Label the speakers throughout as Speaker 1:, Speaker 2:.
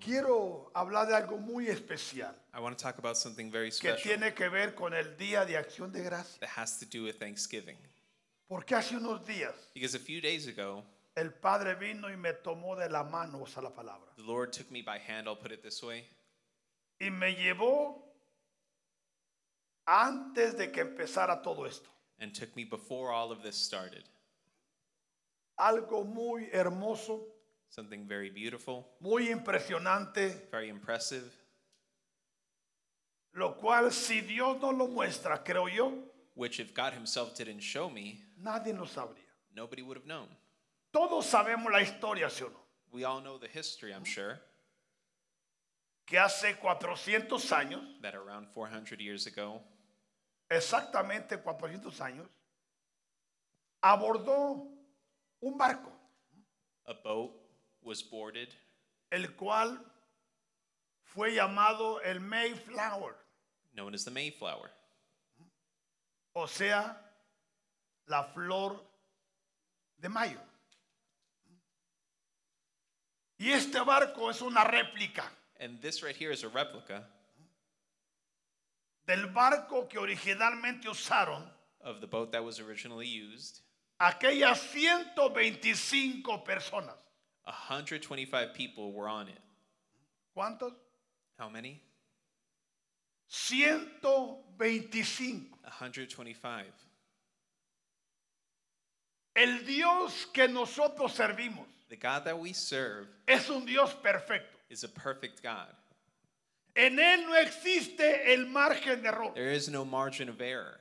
Speaker 1: quiero hablar de algo muy especial
Speaker 2: I want to talk about something very
Speaker 1: que
Speaker 2: special
Speaker 1: tiene que ver con el Día de Acción de Gracias.
Speaker 2: that has to do with Thanksgiving.
Speaker 1: Porque hace unos días
Speaker 2: Because a few days ago,
Speaker 1: el Padre vino y me tomó de la mano, o sea, la palabra,
Speaker 2: the Lord took me by hand, I'll put it this way,
Speaker 1: y me llevó antes de que empezara todo esto.
Speaker 2: and took me before all of this started.
Speaker 1: Algo muy hermoso,
Speaker 2: Something very beautiful,
Speaker 1: muy impresionante,
Speaker 2: very impressive,
Speaker 1: lo cual si Dios no lo muestra, creo yo,
Speaker 2: which if God Himself didn't show me,
Speaker 1: nadie lo sabría.
Speaker 2: nobody would have known.
Speaker 1: Todos sabemos la historia, ¿sí o no?
Speaker 2: We all know the history, I'm sure,
Speaker 1: Que hace 400 años
Speaker 2: that around 400 years ago,
Speaker 1: exactamente 400 años, abordó un barco,
Speaker 2: a boat was boarded,
Speaker 1: el cual fue llamado el Mayflower,
Speaker 2: known as the Mayflower,
Speaker 1: o sea, la flor de mayo. Y este barco es una réplica
Speaker 2: and this right here is a replica
Speaker 1: del barco que originalmente usaron
Speaker 2: of the boat that was originally used.
Speaker 1: aquellas 125 personas.
Speaker 2: 125 people were on it.
Speaker 1: ¿Cuántos?
Speaker 2: How many?
Speaker 1: 125.
Speaker 2: 125.
Speaker 1: El Dios que nosotros servimos
Speaker 2: The God that we serve
Speaker 1: es un Dios perfecto.
Speaker 2: is a perfect God.
Speaker 1: En Él no existe el margen de error.
Speaker 2: There is no margin of error.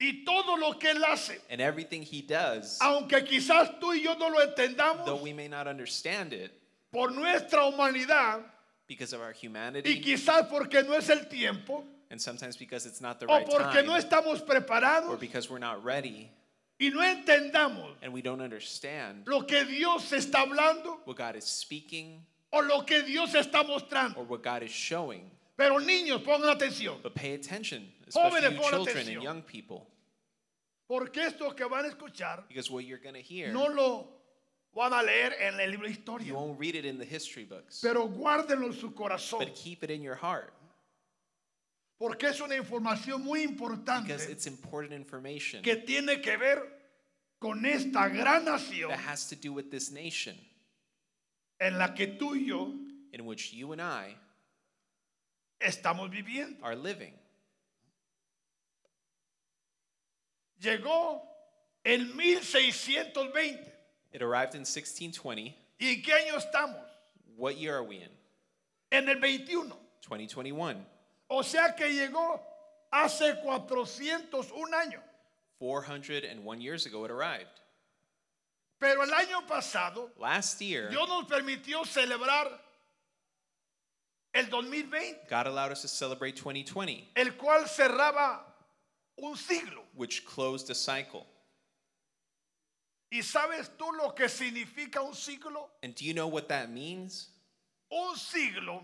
Speaker 1: Y todo lo que Él hace,
Speaker 2: And everything he does,
Speaker 1: aunque quizás tú y yo no lo
Speaker 2: though
Speaker 1: entendamos
Speaker 2: we may not understand it
Speaker 1: por nuestra humanidad
Speaker 2: because of our
Speaker 1: y
Speaker 2: humanity,
Speaker 1: quizás porque no es el tiempo
Speaker 2: and sometimes because it's not the
Speaker 1: o
Speaker 2: right
Speaker 1: Oh, porque
Speaker 2: time,
Speaker 1: no estamos
Speaker 2: or
Speaker 1: preparados
Speaker 2: because we're not ready
Speaker 1: y no entendamos
Speaker 2: and we don't understand
Speaker 1: lo que Dios está hablando
Speaker 2: what God is speaking
Speaker 1: o lo que Dios está mostrando.
Speaker 2: or what God is showing.
Speaker 1: Pero niños, pongan atención,
Speaker 2: But pay attention, especially
Speaker 1: Jóvenes,
Speaker 2: you
Speaker 1: pon
Speaker 2: children
Speaker 1: atención.
Speaker 2: and young people,
Speaker 1: porque esto que van a escuchar
Speaker 2: because what you're going to hear,
Speaker 1: no lo van a leer en el libro de historia.
Speaker 2: you won't read it in the history books,
Speaker 1: Pero guárdenlo en su corazón,
Speaker 2: but keep it in your heart
Speaker 1: porque es una información muy
Speaker 2: because
Speaker 1: importante
Speaker 2: it's important information
Speaker 1: que tiene que ver con esta gran nación
Speaker 2: that has to do with this nation
Speaker 1: en la que tú y yo
Speaker 2: in which you and I
Speaker 1: estamos viviendo.
Speaker 2: are living.
Speaker 1: Llegó en 1620.
Speaker 2: It arrived in 1620.
Speaker 1: ¿Y en qué año estamos?
Speaker 2: What year are we in?
Speaker 1: En el 21.
Speaker 2: 2021.
Speaker 1: O sea que llegó hace 401 años.
Speaker 2: 401 years ago it arrived.
Speaker 1: Pero el año pasado
Speaker 2: Last year,
Speaker 1: Dios nos permitió celebrar el 2020,
Speaker 2: God allowed us to celebrate 2020,
Speaker 1: el cual cerraba un siglo.
Speaker 2: which closed a cycle.
Speaker 1: ¿Y sabes tú lo que significa un siglo?
Speaker 2: And do you know what that means?
Speaker 1: Un siglo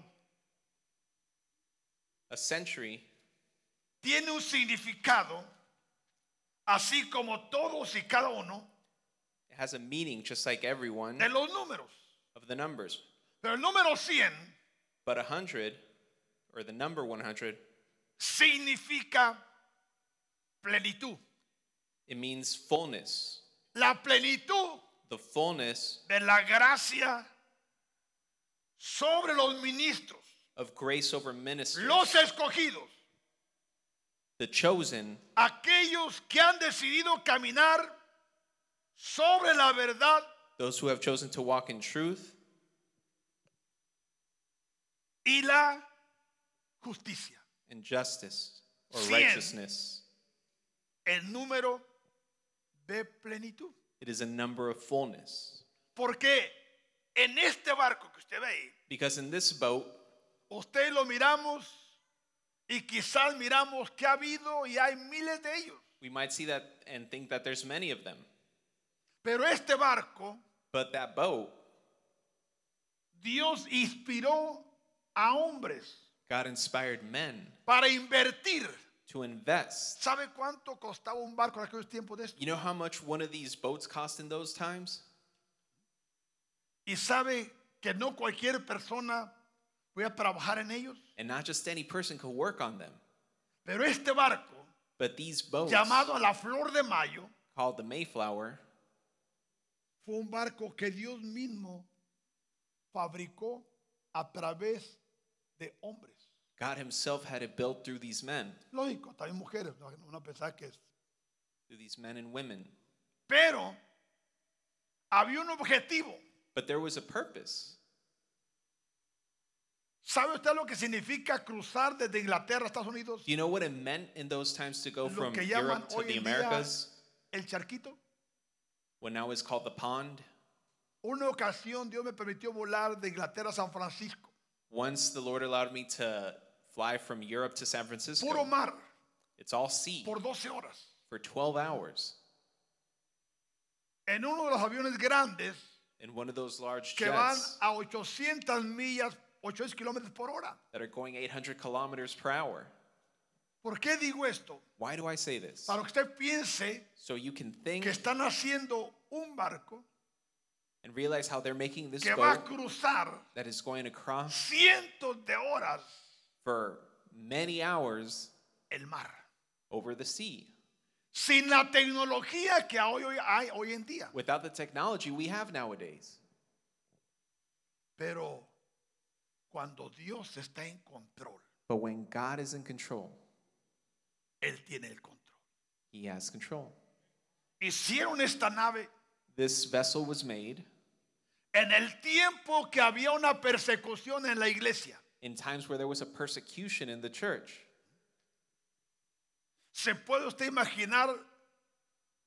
Speaker 2: A century
Speaker 1: tiene un significado, así como todos y cada uno
Speaker 2: has a meaning just like everyone
Speaker 1: de los números.
Speaker 2: of the numbers.
Speaker 1: Pero el número 100
Speaker 2: But 100, or the number 100,
Speaker 1: significa plenitud.
Speaker 2: it means fullness.
Speaker 1: La plenitud
Speaker 2: The fullness
Speaker 1: de la gracia sobre los ministros,
Speaker 2: of grace over ministers.
Speaker 1: los escogidos,
Speaker 2: The chosen
Speaker 1: aquellos que han decidido caminar sobre la verdad
Speaker 2: those who have chosen to walk in truth
Speaker 1: y la justicia.
Speaker 2: and justice or
Speaker 1: Cien.
Speaker 2: righteousness.
Speaker 1: El número de plenitud.
Speaker 2: It is a number of fullness.
Speaker 1: Porque en este barco que usted ve ahí,
Speaker 2: Because in this boat,
Speaker 1: usted lo miramos y quizás miramos que ha habido y hay miles de ellos.
Speaker 2: we might see that and think that there's many of them.
Speaker 1: Pero este barco,
Speaker 2: But that boat,
Speaker 1: Dios inspiró a hombres
Speaker 2: God inspired men
Speaker 1: para invertir.
Speaker 2: to invest.
Speaker 1: ¿Sabe cuánto costaba un barco en aquellos tiempos de esto?
Speaker 2: You know how much one of these boats cost in those times?
Speaker 1: Y sabe que no cualquier persona voy a trabajar en ellos.
Speaker 2: And not just any person could work on them.
Speaker 1: Pero este barco,
Speaker 2: But these boats,
Speaker 1: llamado la Flor de Mayo,
Speaker 2: called the Mayflower,
Speaker 1: fue un barco que Dios mismo fabricó a través de hombres.
Speaker 2: God Himself had it built through these men,
Speaker 1: Lógico, también mujeres, no, no pensaba que es.
Speaker 2: through these men and women.
Speaker 1: Pero había un objetivo.
Speaker 2: But there was a purpose.
Speaker 1: ¿Sabe usted lo que significa cruzar desde Inglaterra a Estados Unidos?
Speaker 2: Do you know what it meant in those times to go
Speaker 1: Lo
Speaker 2: from
Speaker 1: que llaman
Speaker 2: Europe
Speaker 1: hoy
Speaker 2: to the
Speaker 1: en día-
Speaker 2: Americas,
Speaker 1: El charquito.
Speaker 2: what now is called the pond?
Speaker 1: Una ocasión Dios me permitió volar de Inglaterra a San Francisco.
Speaker 2: Once the Lord allowed me to fly from Europe to San Francisco,
Speaker 1: Puro mar,
Speaker 2: it's all sea
Speaker 1: por 12 horas.
Speaker 2: for 12 hours
Speaker 1: En uno de los aviones grandes
Speaker 2: in one of those large
Speaker 1: que van
Speaker 2: jets
Speaker 1: a 800 millas, 800 kilómetros por hora.
Speaker 2: that are going 800 kilometers per hour.
Speaker 1: ¿Por qué digo esto?
Speaker 2: Why do I say this?
Speaker 1: Para que usted piense
Speaker 2: So you can think
Speaker 1: que están haciendo un barco
Speaker 2: and realize how they're making this
Speaker 1: que va a
Speaker 2: boat
Speaker 1: cruzar
Speaker 2: that is going to cross
Speaker 1: cientos de horas
Speaker 2: for many hours
Speaker 1: el mar.
Speaker 2: over the sea
Speaker 1: Sin la tecnología que hoy, hoy hay hoy en día.
Speaker 2: without the technology we have nowadays.
Speaker 1: Pero cuando Dios está en control,
Speaker 2: But when God is in control,
Speaker 1: Él tiene el control.
Speaker 2: He has control.
Speaker 1: Hicieron esta nave
Speaker 2: This vessel was made
Speaker 1: en el tiempo que había una persecución en la iglesia.
Speaker 2: in times where there was a persecution in the church.
Speaker 1: ¿Se puede usted imaginar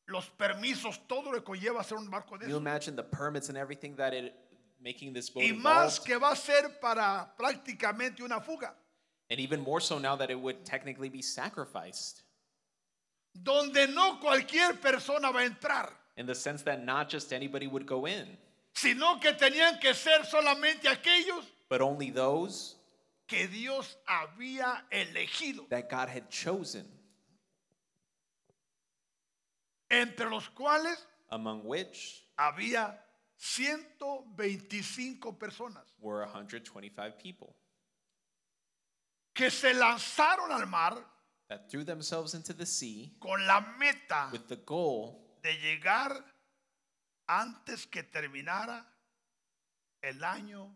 Speaker 1: los permisos, todo lo que conlleva hacer un barco de
Speaker 2: Can you
Speaker 1: eso?
Speaker 2: imagine the permits and everything that it making this boat
Speaker 1: Y más
Speaker 2: involved?
Speaker 1: que va a ser para prácticamente una fuga,
Speaker 2: And even more so now that it would technically be sacrificed
Speaker 1: donde no cualquier persona va a entrar,
Speaker 2: in the sense that not just anybody would go in,
Speaker 1: sino que tenían que ser solamente aquellos
Speaker 2: but only those
Speaker 1: que Dios había elegido,
Speaker 2: that God had chosen,
Speaker 1: entre los cuales
Speaker 2: among which
Speaker 1: había 125 personas
Speaker 2: were 125 people
Speaker 1: que se lanzaron al mar
Speaker 2: that threw themselves into the sea
Speaker 1: con la meta
Speaker 2: with the goal
Speaker 1: de llegar antes que terminara el año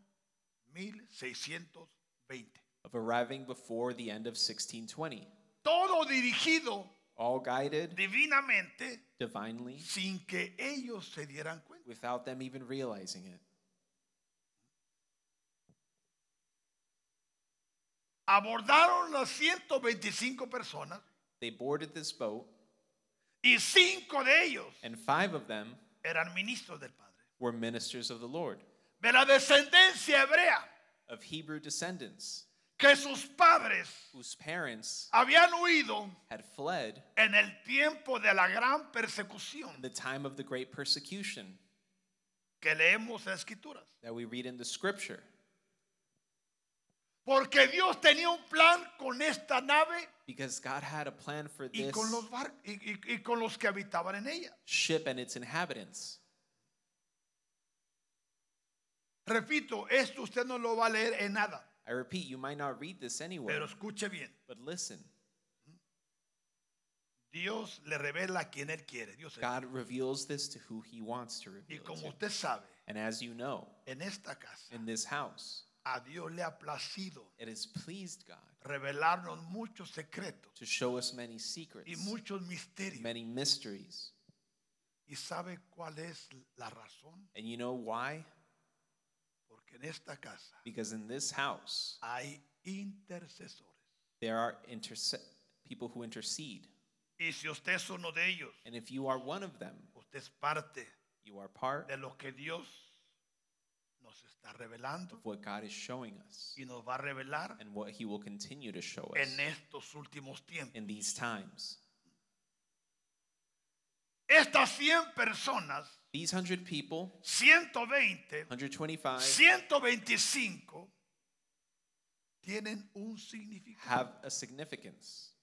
Speaker 1: 1620.
Speaker 2: of arriving before the end of 1620,
Speaker 1: Todo dirigido
Speaker 2: all guided
Speaker 1: divinamente
Speaker 2: divinely
Speaker 1: sin que ellos se dieran cuenta.
Speaker 2: without them even realizing it.
Speaker 1: Abordaron las 125 personas
Speaker 2: They boarded this boat,
Speaker 1: y cinco de ellos
Speaker 2: and five of them
Speaker 1: eran ministros del Padre.
Speaker 2: were ministers of the Lord,
Speaker 1: De la descendencia hebrea
Speaker 2: of Hebrew descendants,
Speaker 1: que sus padres
Speaker 2: whose parents
Speaker 1: habían huido
Speaker 2: had fled
Speaker 1: en el tiempo de la gran
Speaker 2: in
Speaker 1: persecución
Speaker 2: the time of the great persecution
Speaker 1: que leemos en escrituras.
Speaker 2: that we read in the scripture.
Speaker 1: Porque Dios tenía un plan con esta nave
Speaker 2: Because God had a plan for
Speaker 1: y
Speaker 2: this
Speaker 1: con los, bar- y, y- y con los que habitaban en ella.
Speaker 2: ship and its inhabitants.
Speaker 1: Repito, esto usted no lo va a leer en nada,
Speaker 2: I repeat, you might not read this anywhere,
Speaker 1: pero escuche bien.
Speaker 2: but listen.
Speaker 1: Dios le revela a quien él quiere. Dios es-
Speaker 2: God reveals this to who he wants to
Speaker 1: y
Speaker 2: reveal. it
Speaker 1: como
Speaker 2: to.
Speaker 1: usted sabe,
Speaker 2: And as you know,
Speaker 1: en esta casa
Speaker 2: in this house,
Speaker 1: a Dios le ha placido
Speaker 2: it has pleased God
Speaker 1: revelarnos muchos secretos
Speaker 2: to show us many secrets,
Speaker 1: y muchos misterios.
Speaker 2: many mysteries.
Speaker 1: ¿Y sabe cuál es la razón?
Speaker 2: And you know why?
Speaker 1: Porque en esta casa
Speaker 2: Because in this house,
Speaker 1: hay intercesores.
Speaker 2: there are interse- people who intercede.
Speaker 1: Y si usted es uno de ellos,
Speaker 2: And if you are one of them,
Speaker 1: usted es parte
Speaker 2: you are part
Speaker 1: de lo que Dios nos está revelando
Speaker 2: of what God is showing us
Speaker 1: y nos va a revelar
Speaker 2: and what he will continue to show us
Speaker 1: en estos últimos tiempos.
Speaker 2: in these times.
Speaker 1: Estas 100 personas,
Speaker 2: These 100 people,
Speaker 1: 120,
Speaker 2: 125,
Speaker 1: 125, tienen un significado.
Speaker 2: have a significance.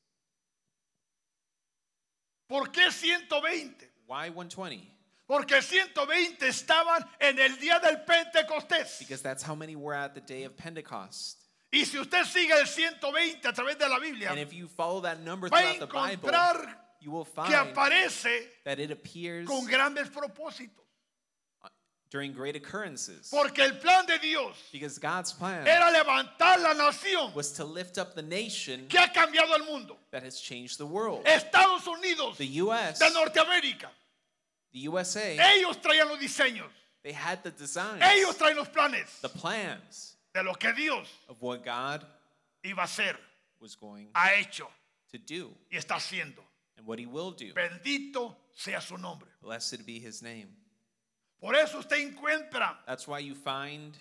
Speaker 1: ¿Por qué 120?
Speaker 2: Why 120?
Speaker 1: Porque 120 estaban en el día del Pentecostés.
Speaker 2: Because that's how many were at the day of Pentecost.
Speaker 1: Y si usted sigue el 120 a través de la Biblia,
Speaker 2: And if you follow that number
Speaker 1: va a
Speaker 2: throughout the Bible,
Speaker 1: encontrar
Speaker 2: you will
Speaker 1: que
Speaker 2: find
Speaker 1: aparece
Speaker 2: that it appears
Speaker 1: con grandes propósitos.
Speaker 2: during great occurrences.
Speaker 1: Porque el plan de Dios
Speaker 2: Because God's plan
Speaker 1: era levantar la nación
Speaker 2: was to lift up the nation
Speaker 1: que ha cambiado el mundo.
Speaker 2: that has changed the world.
Speaker 1: Estados Unidos
Speaker 2: The US,
Speaker 1: de Norteamérica.
Speaker 2: the USA,
Speaker 1: Ellos traían los diseños.
Speaker 2: they had the designs,
Speaker 1: Ellos traen los planes
Speaker 2: the plans
Speaker 1: de lo que Dios
Speaker 2: of what God
Speaker 1: iba a hacer,
Speaker 2: was going
Speaker 1: ha hecho
Speaker 2: to do
Speaker 1: y está haciendo.
Speaker 2: and what he will do.
Speaker 1: Bendito sea su nombre.
Speaker 2: Blessed be his name.
Speaker 1: Por eso usted encuentra
Speaker 2: That's why you find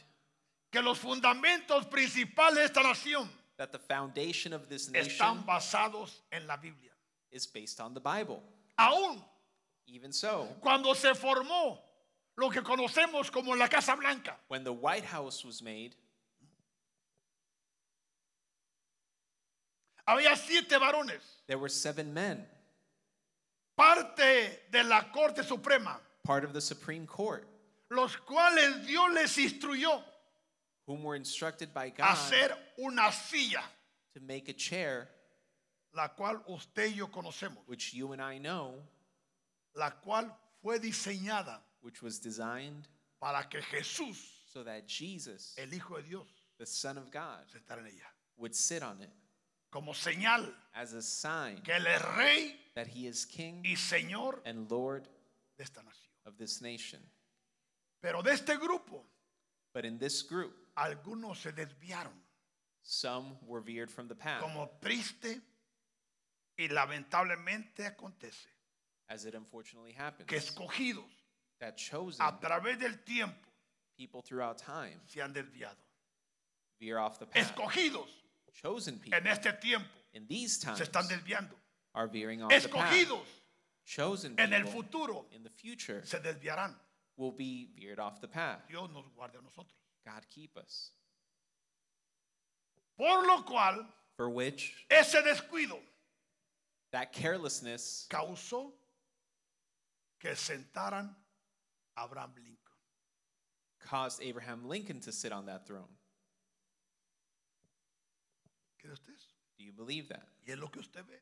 Speaker 1: que los fundamentos principales de esta nación
Speaker 2: that the foundation of this nation
Speaker 1: están basados en la Biblia.
Speaker 2: is based on the Bible.
Speaker 1: Aún
Speaker 2: Even so,
Speaker 1: cuando se formó lo que conocemos como la Casa Blanca,
Speaker 2: when the White House was made,
Speaker 1: había siete varones.
Speaker 2: there were seven men,
Speaker 1: parte de la Corte Suprema,
Speaker 2: part of the Supreme Court,
Speaker 1: los cuales Dios les instruyó
Speaker 2: whom were instructed by God
Speaker 1: hacer una silla,
Speaker 2: to make a chair,
Speaker 1: la cual usted y yo conocemos,
Speaker 2: which you and I know,
Speaker 1: la cual fue diseñada
Speaker 2: which was designed
Speaker 1: para que Jesús,
Speaker 2: so that Jesus,
Speaker 1: el Hijo de Dios,
Speaker 2: the Son of God,
Speaker 1: se estará en ella,
Speaker 2: would sit on it
Speaker 1: como señal
Speaker 2: as a sign
Speaker 1: que él es rey
Speaker 2: that he is king
Speaker 1: y señor
Speaker 2: and Lord
Speaker 1: de esta nación.
Speaker 2: of this nation.
Speaker 1: Pero de este grupo,
Speaker 2: But in this group,
Speaker 1: algunos se desviaron,
Speaker 2: some were veered from the path,
Speaker 1: como triste y lamentablemente acontece
Speaker 2: as it unfortunately
Speaker 1: que
Speaker 2: happens,
Speaker 1: escogidos
Speaker 2: that chosen
Speaker 1: a través del tiempo
Speaker 2: people throughout time
Speaker 1: se han desviado.
Speaker 2: veer off the path.
Speaker 1: escogidos
Speaker 2: Chosen people
Speaker 1: en este tiempo
Speaker 2: in these times
Speaker 1: se están desviando.
Speaker 2: are veering off the path.
Speaker 1: Escogidos
Speaker 2: Chosen
Speaker 1: en el
Speaker 2: people
Speaker 1: futuro
Speaker 2: in the future
Speaker 1: se desviarán.
Speaker 2: will be veered off the path.
Speaker 1: Dios nos guarde a nosotros.
Speaker 2: God keep us.
Speaker 1: Por lo cual,
Speaker 2: For which
Speaker 1: ese descuido
Speaker 2: that carelessness
Speaker 1: causó que sentaran a Abraham Lincoln.
Speaker 2: caused Abraham Lincoln to sit on that throne.
Speaker 1: ¿Cree usted eso?
Speaker 2: Do you believe that?
Speaker 1: Y es lo que usted ve.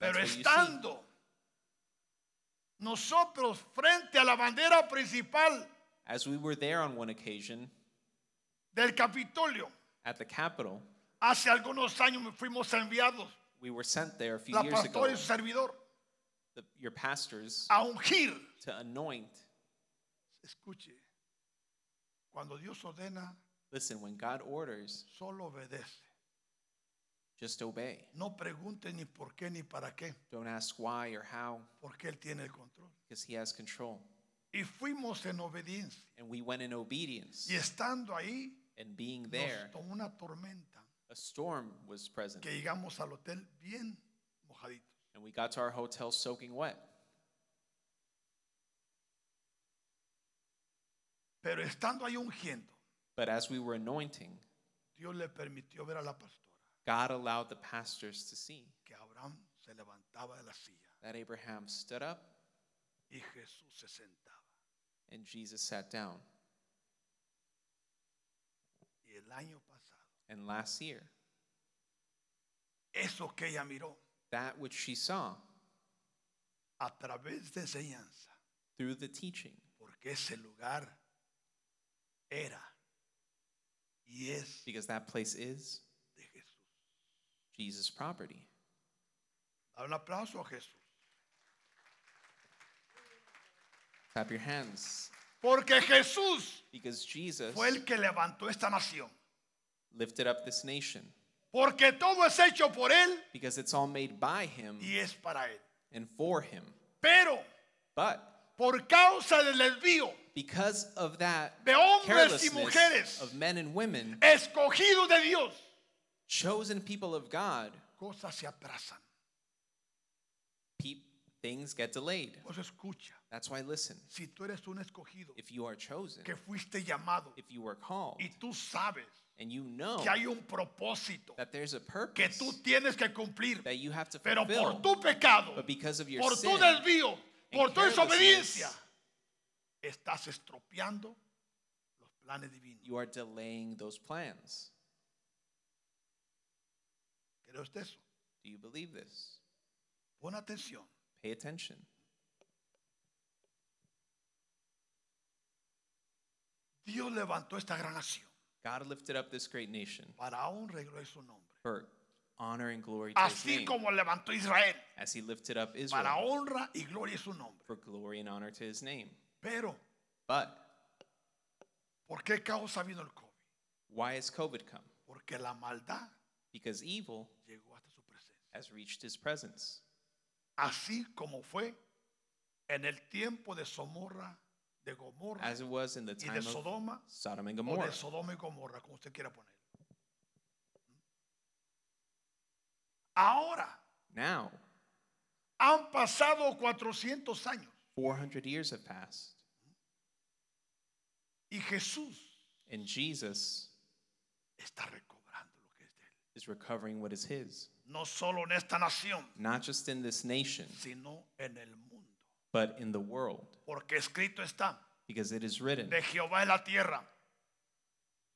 Speaker 2: That's
Speaker 1: Pero
Speaker 2: what you see.
Speaker 1: estando nosotros frente a la bandera principal
Speaker 2: As we were there on one occasion
Speaker 1: del Capitolio,
Speaker 2: at the Capitol,
Speaker 1: hace algunos años fuimos enviados,
Speaker 2: we were sent there a few
Speaker 1: la
Speaker 2: years ago,
Speaker 1: pastora Ah. y su servidor,
Speaker 2: the, your pastors,
Speaker 1: a ungir.
Speaker 2: to anoint.
Speaker 1: Escuche, cuando Dios ordena,
Speaker 2: Listen, when God orders,
Speaker 1: solo obedece.
Speaker 2: just obey.
Speaker 1: No pregunte ni por qué ni para qué,
Speaker 2: Don't ask why or how,
Speaker 1: porque Él tiene el control.
Speaker 2: because He has control.
Speaker 1: Y fuimos en obediencia.
Speaker 2: And we went in obedience.
Speaker 1: Y estando ahí,
Speaker 2: And being there,
Speaker 1: nos tomó una tormenta
Speaker 2: a storm was present.
Speaker 1: que llegamos al hotel bien mojaditos.
Speaker 2: And we got to our hotel soaking wet.
Speaker 1: Pero estando ahí ungiendo,
Speaker 2: But as we were anointing,
Speaker 1: Dios le permitió ver a la pastora
Speaker 2: God allowed the pastors to see
Speaker 1: que Abraham se levantaba de la silla
Speaker 2: that Abraham stood up
Speaker 1: y Jesús se sentaba.
Speaker 2: and Jesus sat down.
Speaker 1: Y el año pasado,
Speaker 2: And last year,
Speaker 1: eso que ella miró
Speaker 2: that which she saw
Speaker 1: a través de enseñanza,
Speaker 2: through the teaching,
Speaker 1: porque ese lugar era y es
Speaker 2: because that place is
Speaker 1: de Jesús.
Speaker 2: Jesus' property.
Speaker 1: Dale un aplauso a Jesús.
Speaker 2: Clap your hands,
Speaker 1: Porque Jesús
Speaker 2: because Jesus
Speaker 1: fue el que levantó esta nación.
Speaker 2: lifted up this nation,
Speaker 1: Porque todo es hecho por Él
Speaker 2: because it's all made by Him
Speaker 1: y es para Él.
Speaker 2: and for Him.
Speaker 1: Pero
Speaker 2: But
Speaker 1: por causa del desvío,
Speaker 2: because of that
Speaker 1: De hombres y
Speaker 2: carelessness
Speaker 1: mujeres.
Speaker 2: of men and women,
Speaker 1: escogido de Dios,
Speaker 2: chosen people of God,
Speaker 1: cosas se atrasan.
Speaker 2: pe- things get delayed.
Speaker 1: Pues escucha,
Speaker 2: That's why listen.
Speaker 1: si tú eres un escogido
Speaker 2: If you are chosen,
Speaker 1: que fuiste llamado
Speaker 2: if you are called,
Speaker 1: y tú sabes
Speaker 2: and you know
Speaker 1: que hay un propósito
Speaker 2: that there's a
Speaker 1: que
Speaker 2: purpose
Speaker 1: tú tienes que cumplir,
Speaker 2: that you have to
Speaker 1: pero
Speaker 2: fulfill,
Speaker 1: por tu pecado,
Speaker 2: but because of your
Speaker 1: por tu
Speaker 2: sin,
Speaker 1: desvío, por tu
Speaker 2: carelessness,
Speaker 1: desobediencia, estás estropeando los planes divinos.
Speaker 2: you are delaying those plans.
Speaker 1: ¿Cree usted eso?
Speaker 2: Do you believe this?
Speaker 1: Pon atención.
Speaker 2: Pay attention.
Speaker 1: Dios levantó esta gran nación
Speaker 2: God lifted up this great nation
Speaker 1: para honra y gloria de su nombre.
Speaker 2: for honor and glory to his
Speaker 1: Así
Speaker 2: name,
Speaker 1: como levantó Israel
Speaker 2: as he lifted up
Speaker 1: para
Speaker 2: Israel
Speaker 1: honra y gloria de su nombre.
Speaker 2: for glory and honor to his name.
Speaker 1: Pero,
Speaker 2: But
Speaker 1: ¿por qué causa vino el COVID?
Speaker 2: why has COVID come?
Speaker 1: Porque la maldad
Speaker 2: Because evil
Speaker 1: llegó hasta su presencia.
Speaker 2: has reached his presence,
Speaker 1: Así como fue en el tiempo de Somorra, de Gomorra
Speaker 2: as it was in the
Speaker 1: y de
Speaker 2: time of
Speaker 1: Sodoma,
Speaker 2: Sodom and
Speaker 1: o
Speaker 2: Gomorrah,
Speaker 1: de Sodoma y Gomorra, como usted quiera poner. Ahora
Speaker 2: Now,
Speaker 1: han pasado 400 años
Speaker 2: 400 years have passed,
Speaker 1: y Jesús
Speaker 2: and Jesus
Speaker 1: está recobrando lo que es de él.
Speaker 2: is recovering what is his,
Speaker 1: No solo en esta nación,
Speaker 2: not just in this nation,
Speaker 1: sino en el mundo.
Speaker 2: but in the world,
Speaker 1: Porque escrito está,
Speaker 2: because it is written,
Speaker 1: de Jehová es la tierra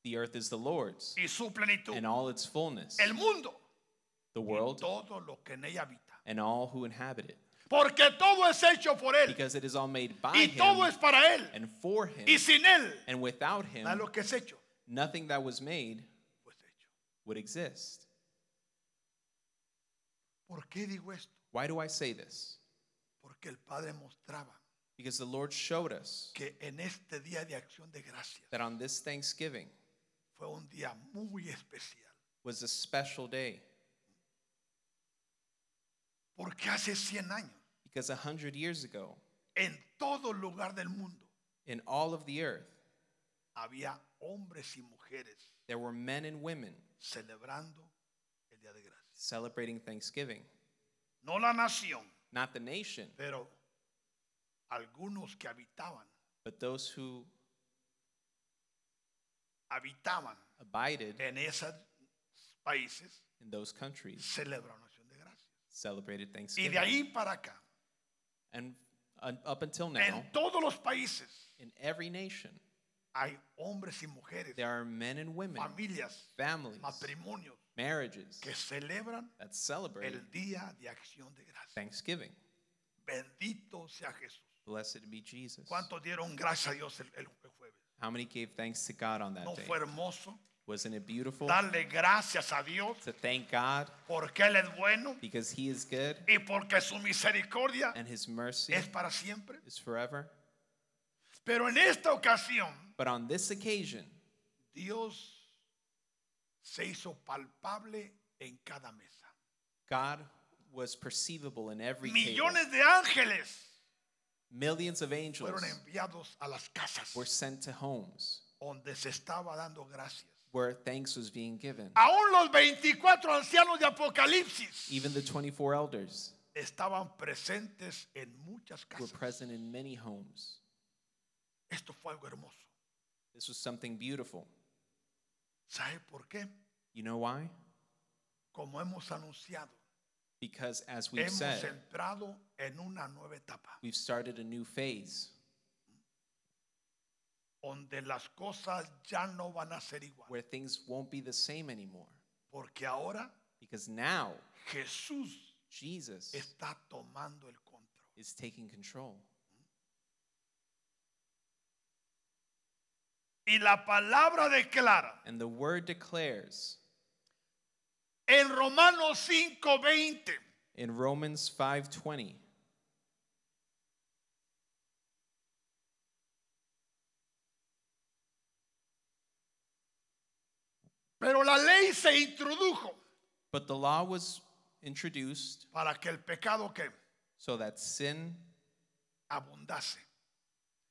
Speaker 2: The earth is the Lord's,
Speaker 1: y su plenitud.
Speaker 2: and all its fullness,
Speaker 1: El mundo,
Speaker 2: the world,
Speaker 1: todo lo que en ella habita.
Speaker 2: and all who inhabit it,
Speaker 1: Porque todo es hecho por él
Speaker 2: because it is all made by
Speaker 1: y todo
Speaker 2: him
Speaker 1: es para él
Speaker 2: and for
Speaker 1: y
Speaker 2: him,
Speaker 1: sin él.
Speaker 2: and without
Speaker 1: Nada de
Speaker 2: him,
Speaker 1: lo que es hecho,
Speaker 2: nothing that was made
Speaker 1: pues hecho.
Speaker 2: would exist.
Speaker 1: ¿Por qué digo esto?
Speaker 2: Why do I say this?
Speaker 1: Porque el Padre mostraba
Speaker 2: Because the Lord showed us
Speaker 1: que en este día de acción de gracias
Speaker 2: that on this Thanksgiving
Speaker 1: fue un día muy especial.
Speaker 2: was a special day,
Speaker 1: Porque hace 100 años,
Speaker 2: because a hundred years ago,
Speaker 1: en todo lugar del mundo,
Speaker 2: in all of the earth,
Speaker 1: había hombres y mujeres
Speaker 2: there were men and women
Speaker 1: celebrando el día de gracias.
Speaker 2: celebrating Thanksgiving.
Speaker 1: No la nación,
Speaker 2: Not the nation,
Speaker 1: pero algunos que habitaban,
Speaker 2: but those who
Speaker 1: habitaban
Speaker 2: abided
Speaker 1: en esos países
Speaker 2: in those countries
Speaker 1: celebraron la acción de gracias. Y
Speaker 2: celebrated
Speaker 1: de
Speaker 2: Thanksgiving.
Speaker 1: ahí para acá,
Speaker 2: And un- up until now,
Speaker 1: en todos los países
Speaker 2: in every nation,
Speaker 1: hay hombres y mujeres,
Speaker 2: there are men and women,
Speaker 1: familias,
Speaker 2: families,
Speaker 1: matrimonios
Speaker 2: marriages
Speaker 1: que celebran
Speaker 2: that celebrate
Speaker 1: el día de acción de gracias.
Speaker 2: Thanksgiving.
Speaker 1: Bendito sea Jesús.
Speaker 2: Blessed be Jesus.
Speaker 1: ¿Cuántos dieron gracias a Dios el, el jueves?
Speaker 2: How many gave thanks to God on
Speaker 1: ¿No
Speaker 2: that day?
Speaker 1: fue hermoso
Speaker 2: Wasn't it beautiful
Speaker 1: darle gracias a Dios
Speaker 2: to thank God
Speaker 1: porque Él es bueno
Speaker 2: because He is good
Speaker 1: y porque su misericordia
Speaker 2: and His mercy
Speaker 1: es para siempre?
Speaker 2: is forever?
Speaker 1: Pero en esta ocasión,
Speaker 2: But on this occasion,
Speaker 1: Dios se hizo palpable en cada mesa.
Speaker 2: God was perceivable in every table.
Speaker 1: Millones de ángeles
Speaker 2: Millions of angels
Speaker 1: fueron enviados a las casas
Speaker 2: were sent to homes
Speaker 1: donde se estaba dando gracias.
Speaker 2: where thanks was being given.
Speaker 1: Aún los 24 ancianos de Apocalipsis
Speaker 2: Even the 24 elders
Speaker 1: estaban presentes en muchas
Speaker 2: were
Speaker 1: casas.
Speaker 2: present in many homes.
Speaker 1: Esto fue algo hermoso.
Speaker 2: This was something beautiful.
Speaker 1: ¿Sabe por qué?
Speaker 2: You know why?
Speaker 1: Como hemos anunciado,
Speaker 2: Because as we've
Speaker 1: hemos
Speaker 2: said,
Speaker 1: entrado en una nueva etapa
Speaker 2: we've started a new phase
Speaker 1: donde las cosas ya no van a ser igual,
Speaker 2: where things won't be the same anymore.
Speaker 1: porque ahora
Speaker 2: Because now
Speaker 1: Jesús
Speaker 2: Jesus
Speaker 1: está tomando el control.
Speaker 2: is taking control.
Speaker 1: Y la palabra declara
Speaker 2: And the word declares
Speaker 1: en Romanos 5:20,
Speaker 2: in Romans 5:20,
Speaker 1: pero la ley se introdujo
Speaker 2: but the law was introduced
Speaker 1: para que el pecado que
Speaker 2: so that sin
Speaker 1: abundase.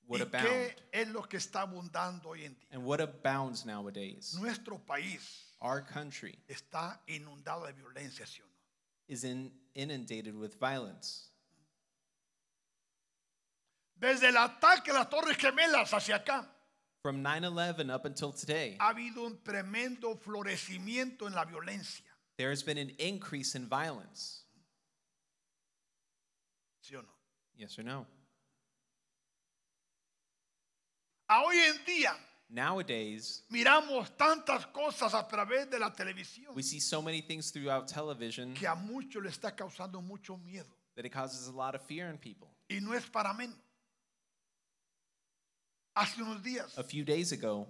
Speaker 2: would
Speaker 1: ¿Y
Speaker 2: abound.
Speaker 1: qué es lo que está abundando hoy en día?
Speaker 2: And what abounds nowadays?
Speaker 1: Nuestro país
Speaker 2: Our country
Speaker 1: está inundado de violencia, ¿sí o no?
Speaker 2: is in, inundated with violence.
Speaker 1: Desde el ataque a las Torres Gemelas hacia acá,
Speaker 2: From 9/11 up until today,
Speaker 1: ha habido un tremendo florecimiento en la violencia,
Speaker 2: there has been an increase in violence.
Speaker 1: ¿sí o no?
Speaker 2: Yes or no?
Speaker 1: A hoy en día,
Speaker 2: Nowadays,
Speaker 1: Miramos tantas cosas a través de la televisión
Speaker 2: we see so many things throughout television
Speaker 1: que a muchos le está causando mucho miedo.
Speaker 2: that it causes a lot of fear in people.
Speaker 1: Y no es para menos. Hace unos días
Speaker 2: A few days ago,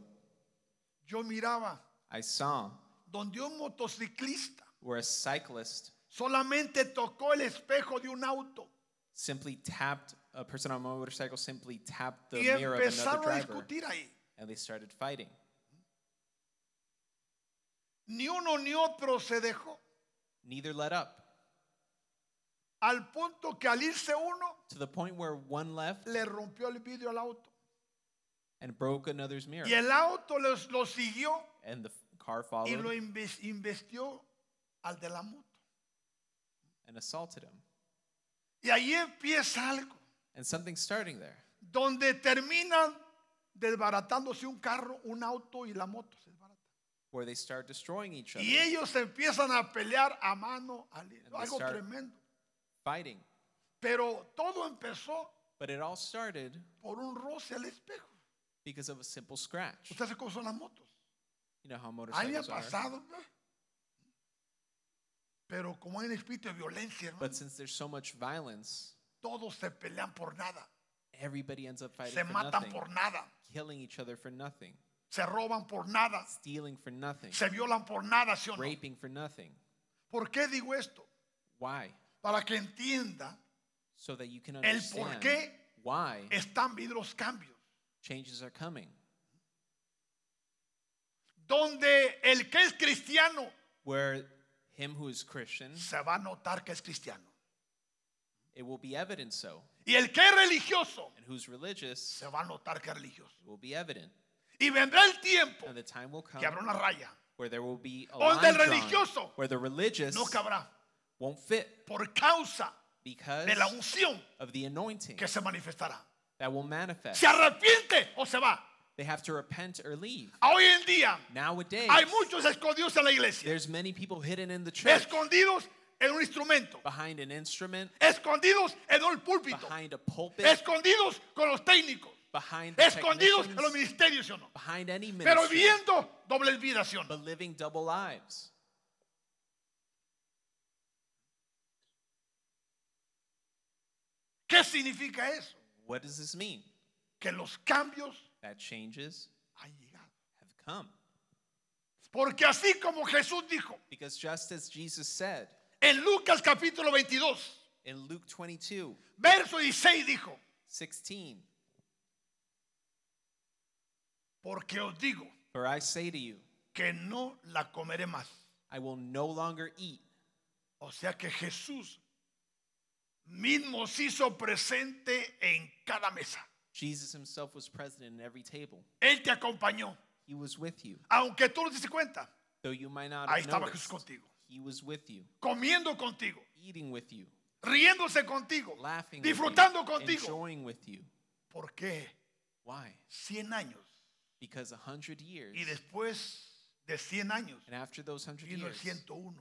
Speaker 1: yo miraba
Speaker 2: I saw
Speaker 1: donde un motociclista
Speaker 2: where a cyclist
Speaker 1: solamente tocó el espejo de un auto
Speaker 2: simply tapped a person on a motorcycle simply tapped the
Speaker 1: y
Speaker 2: mirror of another
Speaker 1: empezaron a
Speaker 2: driver
Speaker 1: discutir ahí.
Speaker 2: and they started fighting.
Speaker 1: Ni uno ni otro se dejó.
Speaker 2: Neither let up
Speaker 1: Al punto que al irse uno
Speaker 2: to the point where one left
Speaker 1: le rompió el vidrio al auto.
Speaker 2: and broke another's mirror
Speaker 1: Y el auto los- lo siguió
Speaker 2: and the f- car
Speaker 1: y lo
Speaker 2: followed
Speaker 1: inves- investió al de la moto.
Speaker 2: and assaulted him.
Speaker 1: Y ahí empieza algo.
Speaker 2: And something's starting there.
Speaker 1: Donde terminan desbaratándose un carro, un auto y la moto se desbarata.
Speaker 2: where they start destroying each other,
Speaker 1: Y ellos empiezan a pelear a mano a
Speaker 2: they
Speaker 1: Algo
Speaker 2: start-
Speaker 1: tremendo.
Speaker 2: fighting.
Speaker 1: Pero todo empezó
Speaker 2: But it all started
Speaker 1: por un roce al espejo.
Speaker 2: because of a simple scratch.
Speaker 1: Usted sabe cómo son las motos.
Speaker 2: You know how
Speaker 1: A mí me ha
Speaker 2: motorcycles are.
Speaker 1: pasado. ¿no? Pero como hay un espíritu de violencia, hermano,
Speaker 2: But since there's so much violence,
Speaker 1: todos se pelean por nada.
Speaker 2: everybody ends up fighting
Speaker 1: Se
Speaker 2: for
Speaker 1: matan
Speaker 2: nothing,
Speaker 1: por nada.
Speaker 2: killing each other for nothing,
Speaker 1: Se roban por nada.
Speaker 2: stealing for nothing,
Speaker 1: Se violan por nada, ¿sí o no?
Speaker 2: raping for nothing.
Speaker 1: ¿Por qué digo esto?
Speaker 2: Why?
Speaker 1: Para que entienda,
Speaker 2: So that you can
Speaker 1: por
Speaker 2: understand
Speaker 1: qué
Speaker 2: why
Speaker 1: están viendo los cambios.
Speaker 2: changes are coming.
Speaker 1: Donde el que es cristiano
Speaker 2: Where him who is Christian,
Speaker 1: se va a notar que es cristiano.
Speaker 2: it will be evident so,
Speaker 1: Y el que es religioso
Speaker 2: and who's religious,
Speaker 1: se va a notar que es religioso.
Speaker 2: it will be evident.
Speaker 1: Y vendrá el tiempo
Speaker 2: And the time will come
Speaker 1: que habrá una raya.
Speaker 2: where there will be a
Speaker 1: Donde el
Speaker 2: line drawn,
Speaker 1: religioso
Speaker 2: where the religious
Speaker 1: No cabrá
Speaker 2: won't fit
Speaker 1: por causa
Speaker 2: because
Speaker 1: de la unción
Speaker 2: of the anointing
Speaker 1: que se manifestará.
Speaker 2: that will manifest.
Speaker 1: ¿Se arrepiente o se va?
Speaker 2: They have to repent or leave.
Speaker 1: A Hoy en día
Speaker 2: Nowadays,
Speaker 1: hay muchos escondidos en la iglesia,
Speaker 2: there's many people hidden in the church
Speaker 1: escondidos en un instrumento,
Speaker 2: behind an instrument,
Speaker 1: escondidos en un púlpito,
Speaker 2: behind a pulpit,
Speaker 1: escondidos con los técnicos,
Speaker 2: behind the
Speaker 1: escondidos en los
Speaker 2: technicians,
Speaker 1: ministerios, ¿sí o no?
Speaker 2: behind any
Speaker 1: Pero
Speaker 2: ministry,
Speaker 1: viviendo doble vida, ¿sí o no?
Speaker 2: but living double lives.
Speaker 1: ¿Qué significa eso?
Speaker 2: What does this mean?
Speaker 1: Que los cambios
Speaker 2: That changes
Speaker 1: han llegado.
Speaker 2: have come.
Speaker 1: Porque así como Jesús dijo
Speaker 2: Because just as Jesus said
Speaker 1: en Lucas capítulo 22,
Speaker 2: in Luke 22,
Speaker 1: verso 16 dijo,
Speaker 2: 16,
Speaker 1: porque os digo
Speaker 2: For I say to you,
Speaker 1: que no la comeré más.
Speaker 2: I will no longer eat.
Speaker 1: O sea que Jesús mismo se hizo presente en cada mesa.
Speaker 2: Jesus himself was present in every table.
Speaker 1: Él te acompañó.
Speaker 2: He was with you,
Speaker 1: Aunque tú no te diste cuenta,
Speaker 2: though you might not
Speaker 1: ahí
Speaker 2: have
Speaker 1: estaba
Speaker 2: noticed.
Speaker 1: Jesús contigo.
Speaker 2: He was with you,
Speaker 1: Comiendo contigo,
Speaker 2: eating with you,
Speaker 1: riéndose contigo,
Speaker 2: laughing
Speaker 1: disfrutando
Speaker 2: with you,
Speaker 1: contigo.
Speaker 2: enjoying with you.
Speaker 1: ¿Por qué?
Speaker 2: Why?
Speaker 1: 100 años.
Speaker 2: Because a hundred years,
Speaker 1: Y después de 100 años,
Speaker 2: and after those hundred
Speaker 1: vino el
Speaker 2: years,
Speaker 1: 101,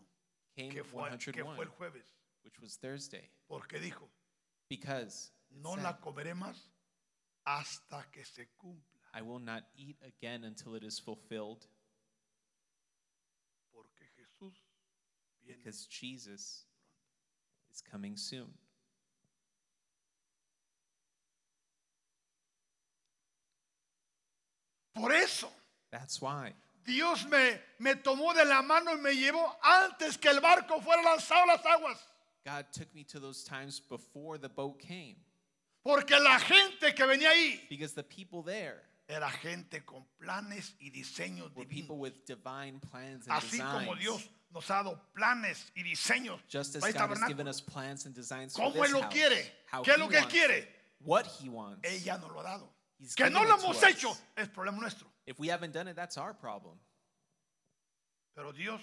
Speaker 2: came
Speaker 1: que fue, que
Speaker 2: 101,
Speaker 1: fue el jueves,
Speaker 2: which was Thursday.
Speaker 1: porque dijo,
Speaker 2: Because it
Speaker 1: no
Speaker 2: said,
Speaker 1: la comeré más hasta que se cumpla,
Speaker 2: I will not eat again until it is fulfilled,
Speaker 1: porque Jesús viene.
Speaker 2: because Jesus is coming soon.
Speaker 1: Por eso
Speaker 2: That's why
Speaker 1: Dios me, me tomó de la mano y me llevó antes que el barco fuera lanzado a las aguas,
Speaker 2: God took me to those times before the boat came,
Speaker 1: porque la gente que venía ahí
Speaker 2: because the people there
Speaker 1: era gente con planes y diseños
Speaker 2: were people
Speaker 1: divinos,
Speaker 2: with divine plans and
Speaker 1: así como
Speaker 2: designs.
Speaker 1: Dios nos ha dado planes y diseños
Speaker 2: Just as
Speaker 1: para el
Speaker 2: God has
Speaker 1: tabernáculo.
Speaker 2: given us plans and designs
Speaker 1: ¿Cómo
Speaker 2: for this
Speaker 1: él lo
Speaker 2: house,
Speaker 1: quiere?
Speaker 2: how
Speaker 1: ¿Qué es
Speaker 2: he
Speaker 1: lo que él
Speaker 2: wants
Speaker 1: quiere?
Speaker 2: it, what he wants.
Speaker 1: Ella nos lo ha dado.
Speaker 2: He's
Speaker 1: Que no
Speaker 2: given
Speaker 1: lo
Speaker 2: it to
Speaker 1: hemos
Speaker 2: us.
Speaker 1: hecho es problema nuestro.
Speaker 2: If we haven't done it, that's our problem.
Speaker 1: Pero Dios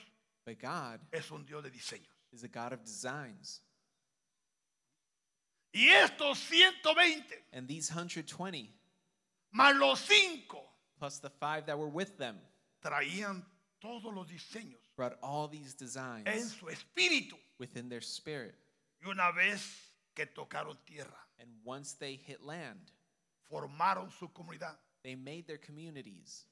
Speaker 2: But God
Speaker 1: es un Dios de diseños.
Speaker 2: is a God of designs.
Speaker 1: Y estos 120
Speaker 2: And these 120
Speaker 1: más los 5
Speaker 2: plus the five that were with them
Speaker 1: traían todos los diseños
Speaker 2: brought all these designs
Speaker 1: en su espíritu.
Speaker 2: within their spirit.
Speaker 1: Y una vez que tocaron tierra,
Speaker 2: And once they hit land,
Speaker 1: formaron su comunidad.
Speaker 2: They made their communities,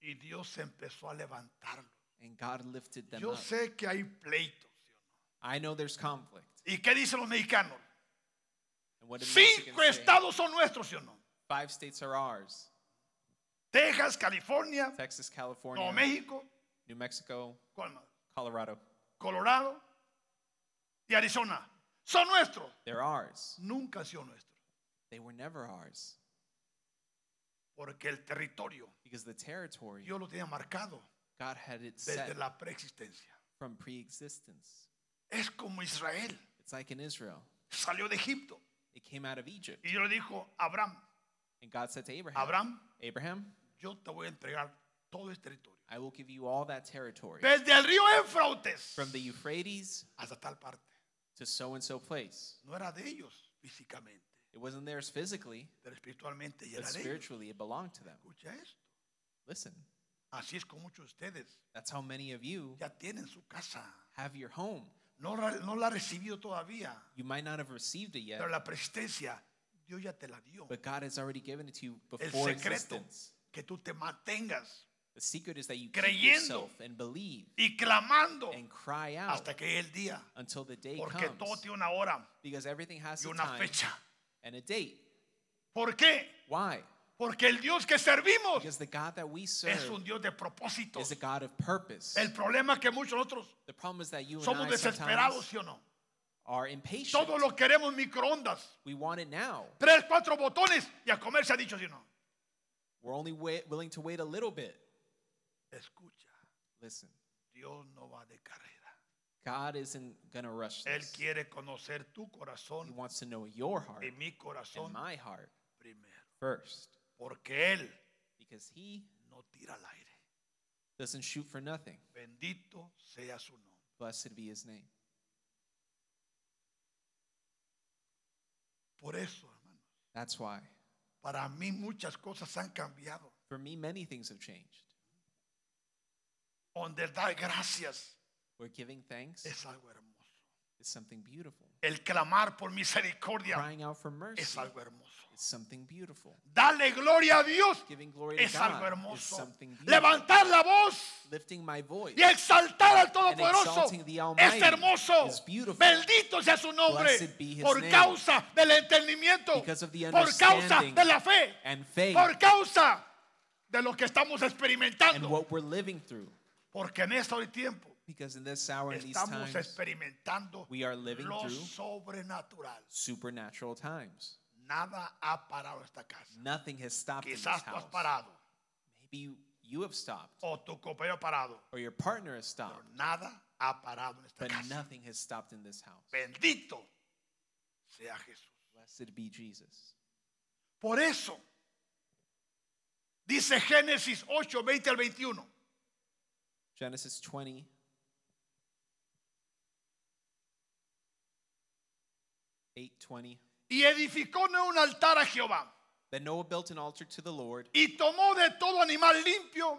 Speaker 1: y Dios empezó a levantarlo.
Speaker 2: and God lifted them
Speaker 1: Yo
Speaker 2: up.
Speaker 1: sé que hay pleitos. ¿sí o no?
Speaker 2: I know there's conflict.
Speaker 1: ¿Y qué dicen los mexicanos?
Speaker 2: And what did
Speaker 1: Cinco
Speaker 2: Mexicans say?
Speaker 1: estados son nuestros, ¿sí o no?
Speaker 2: Five states are ours:
Speaker 1: Texas, California,
Speaker 2: Texas, California,
Speaker 1: Nuevo México,
Speaker 2: New Mexico,
Speaker 1: ¿cuál más?
Speaker 2: Colorado.
Speaker 1: Colorado y Arizona. Son nuestros.
Speaker 2: They're ours.
Speaker 1: Nunca han sido nuestros.
Speaker 2: They were never ours
Speaker 1: Porque el territorio
Speaker 2: because the territory
Speaker 1: Dios lo tenía marcado
Speaker 2: God had it
Speaker 1: desde
Speaker 2: set
Speaker 1: la preexistencia.
Speaker 2: from pre-existence.
Speaker 1: Es como Israel
Speaker 2: It's like in Israel.
Speaker 1: salió de Egipto
Speaker 2: It came out of Egypt,
Speaker 1: y Dios le dijo a Abraham,
Speaker 2: and God said to Abraham,
Speaker 1: Abraham,
Speaker 2: Abraham,
Speaker 1: yo te voy a entregar todo este territorio.
Speaker 2: I will give you all that territory
Speaker 1: Desde el río Éfrates
Speaker 2: from the Euphrates
Speaker 1: hasta tal parte.
Speaker 2: to so and so place.
Speaker 1: No era de ellos físicamente,
Speaker 2: It wasn't theirs physically,
Speaker 1: pero espiritualmente ya
Speaker 2: but
Speaker 1: era de ellos.
Speaker 2: spiritually it belonged to them.
Speaker 1: Escucha esto.
Speaker 2: Listen,
Speaker 1: Así es con muchos de ustedes.
Speaker 2: that's how many of you
Speaker 1: Ya tienen su casa.
Speaker 2: have your home.
Speaker 1: No, ra- no la ha recibido todavía,
Speaker 2: You might not have received it yet,
Speaker 1: pero la preexistencia Dios ya te la dio.
Speaker 2: but God has already given it to you
Speaker 1: El
Speaker 2: before
Speaker 1: secreto
Speaker 2: existence.
Speaker 1: que tú te mantengas
Speaker 2: The secret is that you
Speaker 1: Creyendo.
Speaker 2: keep yourself and believe
Speaker 1: y clamando
Speaker 2: and cry out
Speaker 1: hasta que llegue el día,
Speaker 2: until the day
Speaker 1: porque todo
Speaker 2: comes,
Speaker 1: tiene una hora
Speaker 2: because everything has
Speaker 1: y
Speaker 2: a
Speaker 1: una
Speaker 2: time
Speaker 1: fecha.
Speaker 2: and a date.
Speaker 1: ¿Por qué?
Speaker 2: Why?
Speaker 1: Porque el Dios que servimos
Speaker 2: Because the God that we
Speaker 1: es
Speaker 2: serve
Speaker 1: un Dios de propósitos.
Speaker 2: is a God of purpose.
Speaker 1: El problema es que muchos de nosotros
Speaker 2: The problem is that you and
Speaker 1: somos
Speaker 2: I
Speaker 1: desesperados,
Speaker 2: sometimes
Speaker 1: ¿sí o no?
Speaker 2: are impatient.
Speaker 1: Todos lo queremos en microondas.
Speaker 2: We want it now.
Speaker 1: Tres, cuatro botones y a comer se ha dicho, ¿sí o no?
Speaker 2: We're only wa- willing to wait a little bit.
Speaker 1: Escucha,
Speaker 2: Listen,
Speaker 1: Dios no va de carrera.
Speaker 2: God isn't going to rush
Speaker 1: Él
Speaker 2: this.
Speaker 1: quiere conocer tu
Speaker 2: He
Speaker 1: corazón
Speaker 2: wants to know your heart
Speaker 1: y mi
Speaker 2: and
Speaker 1: corazón
Speaker 2: my heart
Speaker 1: primero.
Speaker 2: first
Speaker 1: Porque Él
Speaker 2: because He
Speaker 1: no tira al aire.
Speaker 2: doesn't shoot for nothing.
Speaker 1: Bendito sea su nombre.
Speaker 2: Blessed be His name.
Speaker 1: Por eso, hermano,
Speaker 2: That's why.
Speaker 1: para mí muchas cosas han cambiado.
Speaker 2: For me, many things have changed.
Speaker 1: Donde dar gracias
Speaker 2: Where giving thanks
Speaker 1: es algo hermoso.
Speaker 2: is something beautiful,
Speaker 1: El clamar por misericordia
Speaker 2: crying out for mercy
Speaker 1: es
Speaker 2: is
Speaker 1: algo hermoso.
Speaker 2: something beautiful,
Speaker 1: Darle gloria a Dios
Speaker 2: giving glory to
Speaker 1: es algo
Speaker 2: God is
Speaker 1: hermoso.
Speaker 2: something beautiful,
Speaker 1: Levantar la voz
Speaker 2: lifting my voice.
Speaker 1: y exaltar al
Speaker 2: and
Speaker 1: Todopoderoso
Speaker 2: exalting the
Speaker 1: es
Speaker 2: Almighty
Speaker 1: hermoso.
Speaker 2: is beautiful.
Speaker 1: Bendito sea su nombre
Speaker 2: Blessed be his
Speaker 1: por
Speaker 2: name.
Speaker 1: causa del entendimiento,
Speaker 2: Because of the
Speaker 1: por causa
Speaker 2: understanding
Speaker 1: de la fe,
Speaker 2: and faith
Speaker 1: por causa de lo que estamos
Speaker 2: and
Speaker 1: experimentando.
Speaker 2: what we're living through.
Speaker 1: Porque en este hoy tiempo
Speaker 2: Because in this hour and these
Speaker 1: estamos
Speaker 2: times,
Speaker 1: experimentando
Speaker 2: we are living
Speaker 1: lo
Speaker 2: through-
Speaker 1: sobrenatural.
Speaker 2: supernatural times.
Speaker 1: Nada ha parado esta casa.
Speaker 2: Nothing has stopped in this
Speaker 1: Quizás tú has
Speaker 2: house.
Speaker 1: parado
Speaker 2: Maybe you- you have stopped,
Speaker 1: o tu compañero ha parado,
Speaker 2: or your partner has
Speaker 1: pero
Speaker 2: stopped,
Speaker 1: nada ha parado en esta
Speaker 2: but
Speaker 1: casa.
Speaker 2: nothing has stopped in this house.
Speaker 1: Bendito sea Jesús.
Speaker 2: Blessed be Jesus.
Speaker 1: Por eso, dice Génesis 8, 20 al 21.
Speaker 2: Genesis 20, eight twenty.
Speaker 1: Y edificó Noé un altar a Jehová.
Speaker 2: Then Noah built an altar to the Lord
Speaker 1: Y tomó de todo animal limpio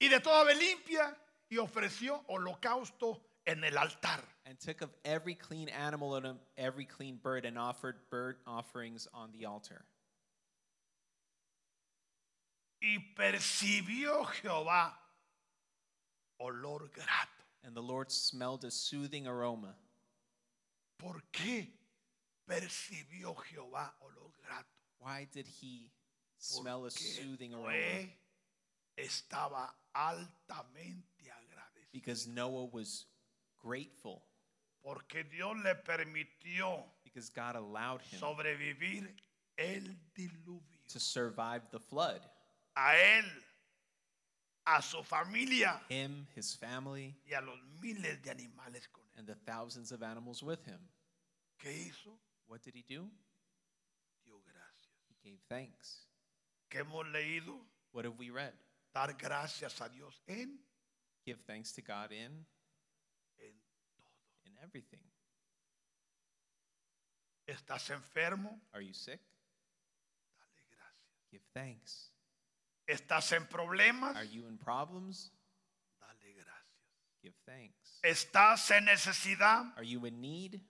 Speaker 1: y de toda ave limpia y ofreció holocausto en el altar.
Speaker 2: and took of every clean animal and of every clean bird and offered burnt offerings on the altar.
Speaker 1: Y percibió Jehová olor grato.
Speaker 2: And the Lord smelled a soothing aroma.
Speaker 1: ¿Por qué percibió Jehová olor grato?
Speaker 2: Why did he smell a
Speaker 1: Porque
Speaker 2: soothing aroma?
Speaker 1: Noé estaba altamente agradecido.
Speaker 2: Because Noah was grateful,
Speaker 1: Porque Dios le permitió
Speaker 2: because God allowed him
Speaker 1: sobrevivir el diluvio.
Speaker 2: to survive the flood.
Speaker 1: A él, a su familia
Speaker 2: Him, his family,
Speaker 1: y a los miles de animales con él.
Speaker 2: and the thousands of animals with him.
Speaker 1: ¿Qué hizo?
Speaker 2: What did he do?
Speaker 1: Dio gracias.
Speaker 2: He gave thanks.
Speaker 1: ¿Qué hemos leído?
Speaker 2: What have we read?
Speaker 1: Dar gracias a Dios en,
Speaker 2: Give thanks to God in
Speaker 1: en todo.
Speaker 2: in everything.
Speaker 1: ¿Estás enfermo?
Speaker 2: Are you sick?
Speaker 1: Dale gracias.
Speaker 2: Give thanks.
Speaker 1: ¿Estás en problemas?
Speaker 2: Are you in problems?
Speaker 1: Dale gracias.
Speaker 2: Give thanks.
Speaker 1: ¿Estás en necesidad?
Speaker 2: Are you in need?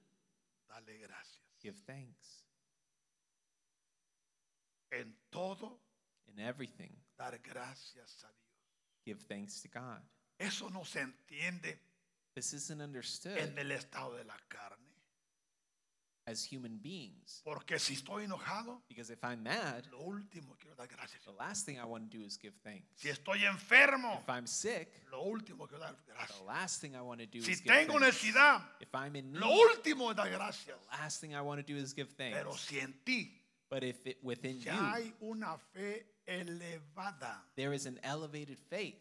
Speaker 1: Dale gracias.
Speaker 2: Give thanks.
Speaker 1: En todo
Speaker 2: In everything,
Speaker 1: dar gracias a Dios.
Speaker 2: give thanks to God.
Speaker 1: Eso no se entiende
Speaker 2: This isn't
Speaker 1: en
Speaker 2: understood
Speaker 1: el estado de la carne.
Speaker 2: as human beings.
Speaker 1: Porque si estoy enojado,
Speaker 2: Because if I'm mad,
Speaker 1: lo último quiero dar gracias.
Speaker 2: the last thing I want to do is give thanks.
Speaker 1: Si estoy enfermo,
Speaker 2: If I'm sick,
Speaker 1: lo último quiero dar gracias.
Speaker 2: the last thing I want to do is
Speaker 1: Si
Speaker 2: give
Speaker 1: tengo
Speaker 2: thanks.
Speaker 1: necesidad,
Speaker 2: If I'm in need,
Speaker 1: lo último es dar gracias.
Speaker 2: the last thing I want to do is give
Speaker 1: Pero
Speaker 2: thanks.
Speaker 1: si en ti
Speaker 2: But if it, within you
Speaker 1: ya hay una fe elevada,
Speaker 2: there is an elevated faith,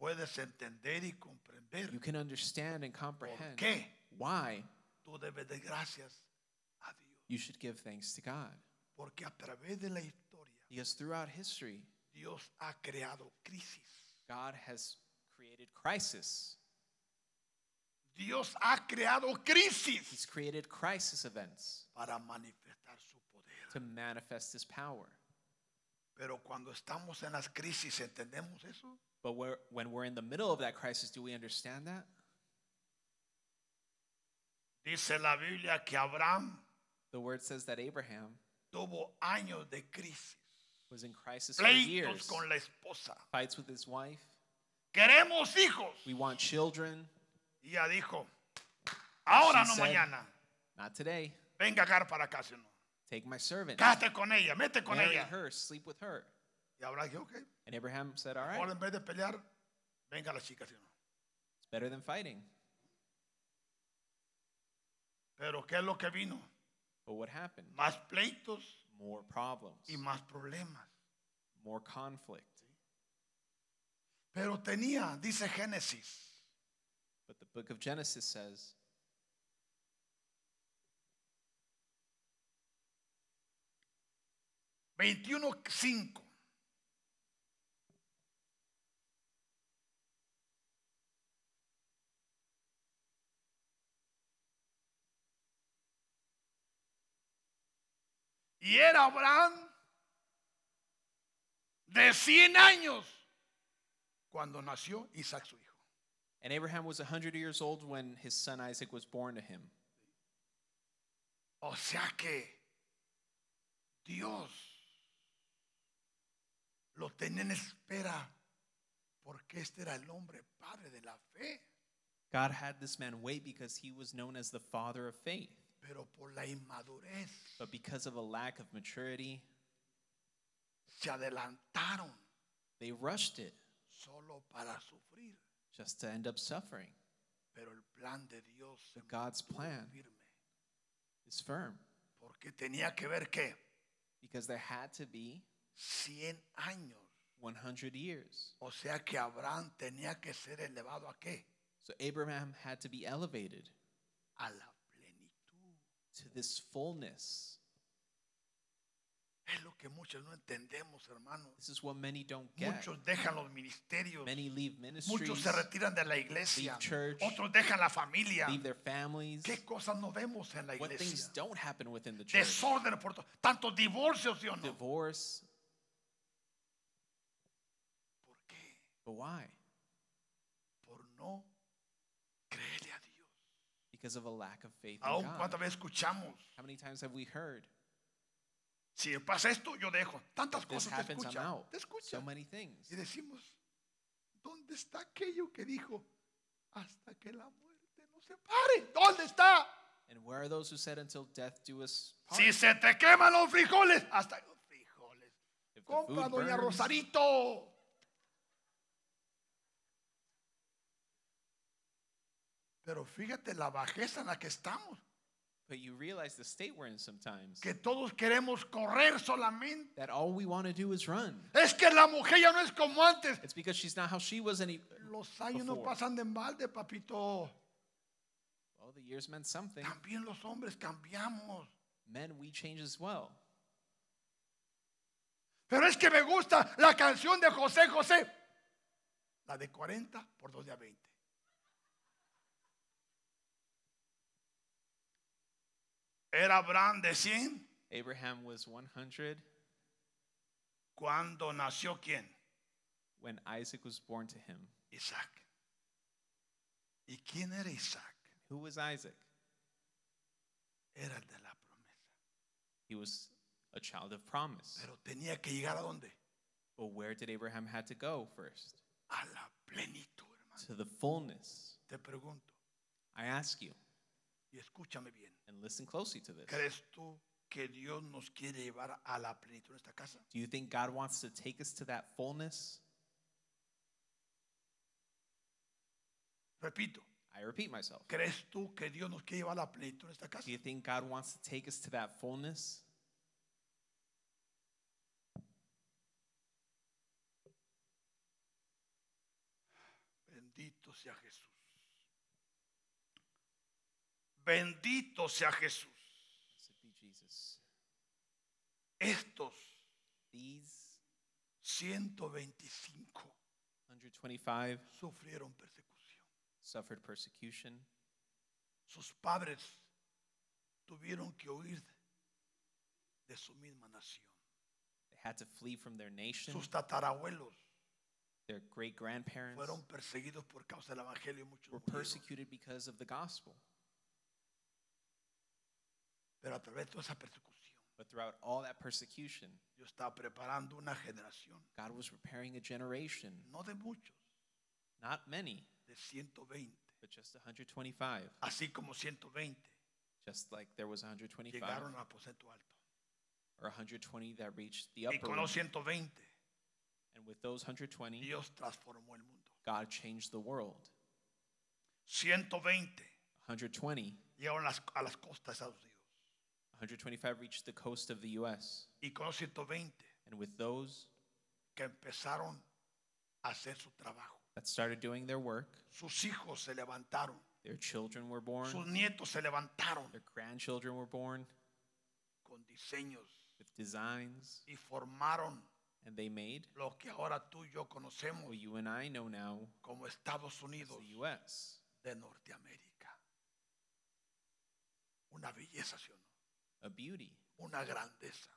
Speaker 1: puedes entender y comprender
Speaker 2: you can understand and
Speaker 1: por
Speaker 2: comprehend
Speaker 1: qué
Speaker 2: why
Speaker 1: tú debes de gracias a Dios.
Speaker 2: you should give thanks to God.
Speaker 1: Porque a través de la historia,
Speaker 2: Because throughout history,
Speaker 1: Dios ha creado crisis.
Speaker 2: God has created crisis.
Speaker 1: Dios ha creado crisis
Speaker 2: He's created crisis events
Speaker 1: para manifestar su poder.
Speaker 2: to manifest his power.
Speaker 1: Pero cuando estamos en las crisis, ¿entendemos eso?
Speaker 2: But we're, when we're in the middle of that crisis, do we understand that?
Speaker 1: Dice la Biblia que Abraham
Speaker 2: The word says that Abraham
Speaker 1: tuvo años de crisis,
Speaker 2: was in crisis for
Speaker 1: pleitos
Speaker 2: years,
Speaker 1: con la esposa.
Speaker 2: fights with his wife.
Speaker 1: Queremos hijos.
Speaker 2: We want children,
Speaker 1: Y ella dijo, ahora
Speaker 2: She
Speaker 1: no
Speaker 2: said-
Speaker 1: mañana.
Speaker 2: not today.
Speaker 1: Venga acá para acá, Señor.
Speaker 2: Take my servant,
Speaker 1: Cásate con ella, mete con
Speaker 2: marry
Speaker 1: ella.
Speaker 2: her, sleep with her.
Speaker 1: Y Abraham dijo, ok.
Speaker 2: And Abraham said, All right,
Speaker 1: Ahora en vez de pelear, venga la chica, Señor.
Speaker 2: it's better than fighting.
Speaker 1: Pero ¿qué es lo que vino?
Speaker 2: But what happened?
Speaker 1: Más pleitos
Speaker 2: More problems,
Speaker 1: y más problemas.
Speaker 2: more conflict.
Speaker 1: Pero tenía, dice Génesis,
Speaker 2: But the book of Genesis says,
Speaker 1: cinco Y era Abraham de 100 años cuando nació Isaac su hijo.
Speaker 2: And Abraham was 100 years old when his son Isaac was born to him.
Speaker 1: O sea que Dios lo tenía en espera porque este era el hombre padre de la fe,
Speaker 2: God had this man wait because he was known as the father of faith.
Speaker 1: pero por la inmadurez
Speaker 2: But because of a lack of maturity,
Speaker 1: se adelantaron
Speaker 2: they rushed it
Speaker 1: solo para sufrir,
Speaker 2: just to end up suffering.
Speaker 1: pero el plan de Dios se
Speaker 2: But God's plan
Speaker 1: firme
Speaker 2: is firm
Speaker 1: porque tenía que ver que
Speaker 2: because there had to be
Speaker 1: 100 años,
Speaker 2: 100 years.
Speaker 1: o sea que Abraham tenía que ser elevado a qué?
Speaker 2: So Abraham had to be elevated
Speaker 1: A la plenitud.
Speaker 2: to this fullness.
Speaker 1: Es lo que muchos no entendemos, hermanos.
Speaker 2: This is what many don't get.
Speaker 1: Muchos dejan los ministerios,
Speaker 2: Many leave
Speaker 1: muchos
Speaker 2: ministries,
Speaker 1: se retiran de la iglesia,
Speaker 2: leave church,
Speaker 1: otros dejan la familia.
Speaker 2: leave their families.
Speaker 1: ¿Qué cosas no vemos en la
Speaker 2: What things
Speaker 1: iglesia?
Speaker 2: don't happen within the church.
Speaker 1: Desorden por to- tantos divorcios, ¿sí o no?
Speaker 2: Divorce.
Speaker 1: ¿Por qué?
Speaker 2: But why?
Speaker 1: Por no creerle a Dios.
Speaker 2: Because of a lack of faith in
Speaker 1: Aún
Speaker 2: God.
Speaker 1: cuántas veces escuchamos,
Speaker 2: How many times have we heard?
Speaker 1: si me pasa esto, yo dejo. Tantas
Speaker 2: If this
Speaker 1: cosas te
Speaker 2: happens, I'm
Speaker 1: escuchan,
Speaker 2: out.
Speaker 1: te
Speaker 2: So
Speaker 1: escuchan.
Speaker 2: many things.
Speaker 1: Y decimos, ¿dónde está aquello que dijo? Hasta que la muerte nos separe. ¿Dónde está?
Speaker 2: And where are those who said, until death do us part?
Speaker 1: Si se te queman los frijoles, hasta los frijoles.
Speaker 2: If the food
Speaker 1: Compra doña
Speaker 2: burns,
Speaker 1: Rosarito. Pero fíjate la bajeza en la que estamos,
Speaker 2: But you realize the state we're in sometimes.
Speaker 1: que todos queremos correr solamente.
Speaker 2: That all we want to do is run.
Speaker 1: Es que la mujer ya no es como antes.
Speaker 2: It's because she's not how she was any.
Speaker 1: Los años no
Speaker 2: Before.
Speaker 1: pasan de en balde, papito.
Speaker 2: Well, the years meant something.
Speaker 1: También los hombres cambiamos.
Speaker 2: Men, we change as well.
Speaker 1: Pero es que me gusta la canción de José José. La de 40 por 2 de a 20. Era Abraham de 100
Speaker 2: Abraham was 100
Speaker 1: cuando nació quién?
Speaker 2: when Isaac was born to him.
Speaker 1: Isaac. ¿Y quién era Isaac?
Speaker 2: Who was Isaac?
Speaker 1: Era el de la promesa.
Speaker 2: He was a child of promise.
Speaker 1: Pero tenía que llegar a dónde?
Speaker 2: But where did Abraham had to go first?
Speaker 1: A la plenitud, hermano.
Speaker 2: To the fullness.
Speaker 1: Te pregunto,
Speaker 2: I ask you,
Speaker 1: y escúchame bien,
Speaker 2: and listen closely to this.
Speaker 1: ¿crees tú que Dios nos quiere llevar a la plenitud en esta casa?
Speaker 2: Do you think God wants to take us to that fullness?
Speaker 1: Repito,
Speaker 2: I repeat myself.
Speaker 1: ¿crees tú que Dios nos quiere llevar a la plenitud en esta casa?
Speaker 2: Do you think God wants to take us to that fullness?
Speaker 1: Bendito sea Jesús. Bendito sea Jesús.
Speaker 2: Blessed be Jesus.
Speaker 1: Estos
Speaker 2: These
Speaker 1: 125
Speaker 2: 125
Speaker 1: sufrieron persecución.
Speaker 2: suffered persecution.
Speaker 1: Sus padres tuvieron que huir de su misma nación.
Speaker 2: They had to flee from their nation.
Speaker 1: Sus tatarabuelos
Speaker 2: Their great grandparents
Speaker 1: fueron perseguidos por causa del evangelio y muchos
Speaker 2: were
Speaker 1: murieron.
Speaker 2: persecuted because of the gospel.
Speaker 1: Pero a través de toda esa persecución,
Speaker 2: But throughout all that persecution,
Speaker 1: Dios estaba preparando una generación,
Speaker 2: God was preparing a generation,
Speaker 1: no de muchos,
Speaker 2: not many,
Speaker 1: de 120.
Speaker 2: but just 125,
Speaker 1: Así como 120
Speaker 2: just like there was 125
Speaker 1: llegaron al aposento alto.
Speaker 2: or 120 that reached the
Speaker 1: Y
Speaker 2: upper
Speaker 1: con
Speaker 2: room.
Speaker 1: los 120,
Speaker 2: And with those 120,
Speaker 1: Dios transformó el mundo.
Speaker 2: God changed the world.
Speaker 1: 120
Speaker 2: 120,
Speaker 1: llegaron a las, a las costas de Estados Unidos.
Speaker 2: 125 reached the coast of the U.S.
Speaker 1: Y con los 120
Speaker 2: And with those
Speaker 1: que empezaron a hacer su trabajo.
Speaker 2: that started doing their work,
Speaker 1: Sus hijos se levantaron,
Speaker 2: their children were born,
Speaker 1: sus nietos se levantaron
Speaker 2: their grandchildren were born
Speaker 1: con diseños
Speaker 2: with designs,
Speaker 1: y formaron
Speaker 2: and they made
Speaker 1: lo que ahora tú y yo
Speaker 2: what
Speaker 1: conocemos
Speaker 2: you and I know now
Speaker 1: como Estados
Speaker 2: as
Speaker 1: Unidos
Speaker 2: the U.S.
Speaker 1: de Norteamérica. Una belleza, ¿sí o no?
Speaker 2: A beauty,
Speaker 1: Una grandeza.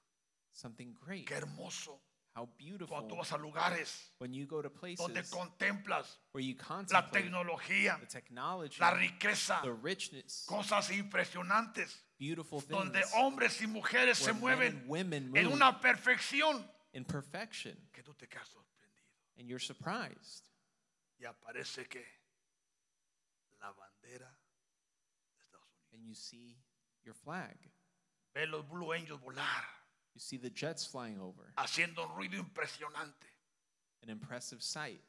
Speaker 2: something great.
Speaker 1: Qué hermoso.
Speaker 2: How
Speaker 1: Cuando tú
Speaker 2: beautiful
Speaker 1: vas a lugares
Speaker 2: when you go to
Speaker 1: donde
Speaker 2: places
Speaker 1: contemplas
Speaker 2: where you
Speaker 1: la
Speaker 2: contemplate
Speaker 1: tecnología,
Speaker 2: the technology,
Speaker 1: la riqueza,
Speaker 2: the richness,
Speaker 1: cosas impresionantes,
Speaker 2: beautiful things,
Speaker 1: donde hombres y mujeres se
Speaker 2: where men
Speaker 1: mueven
Speaker 2: and women
Speaker 1: en
Speaker 2: move
Speaker 1: una perfección
Speaker 2: in perfection,
Speaker 1: que tú te quedas sorprendido.
Speaker 2: and you're surprised.
Speaker 1: Y aparece que la bandera de Estados Unidos.
Speaker 2: and you see your flag.
Speaker 1: Ve los Blue Angels volar,
Speaker 2: You see the jets flying over,
Speaker 1: haciendo un ruido impresionante.
Speaker 2: an impressive sight.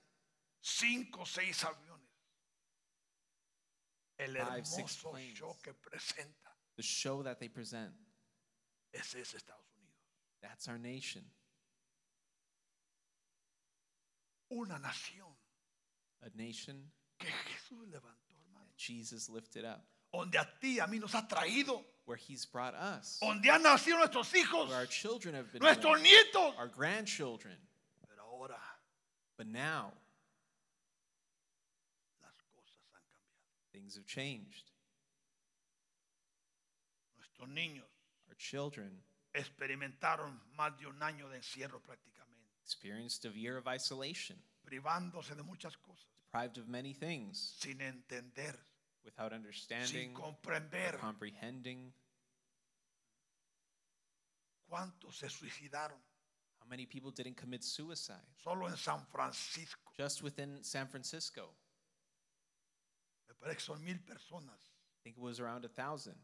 Speaker 1: Cinco o seis aviones. El
Speaker 2: Five, six
Speaker 1: hermoso
Speaker 2: planes.
Speaker 1: show que presenta.
Speaker 2: The show that they present,
Speaker 1: Ese es Estados Unidos.
Speaker 2: that's our nation,
Speaker 1: Una nación
Speaker 2: a nation
Speaker 1: que Jesús levantó, hermano.
Speaker 2: that Jesus lifted up,
Speaker 1: Donde a ti, a mí nos ha traído.
Speaker 2: where He's brought us,
Speaker 1: Donde han nacido nuestros hijos,
Speaker 2: where our children have been
Speaker 1: nuestros
Speaker 2: born,
Speaker 1: nietos.
Speaker 2: our grandchildren.
Speaker 1: Pero ahora
Speaker 2: But now,
Speaker 1: las cosas han cambiado.
Speaker 2: things have changed.
Speaker 1: Nuestros niños
Speaker 2: Our children
Speaker 1: experimentaron más de un año de encierro prácticamente,
Speaker 2: experienced a year of isolation,
Speaker 1: privándose de muchas cosas,
Speaker 2: deprived of many things,
Speaker 1: sin entender,
Speaker 2: without
Speaker 1: sin
Speaker 2: understanding, or
Speaker 1: comprender
Speaker 2: comprehending.
Speaker 1: cuántos se suicidaron
Speaker 2: How many people didn't commit suicide?
Speaker 1: solo en San Francisco.
Speaker 2: Just within San Francisco,
Speaker 1: Me parece que son mil personas
Speaker 2: I think it was around a thousand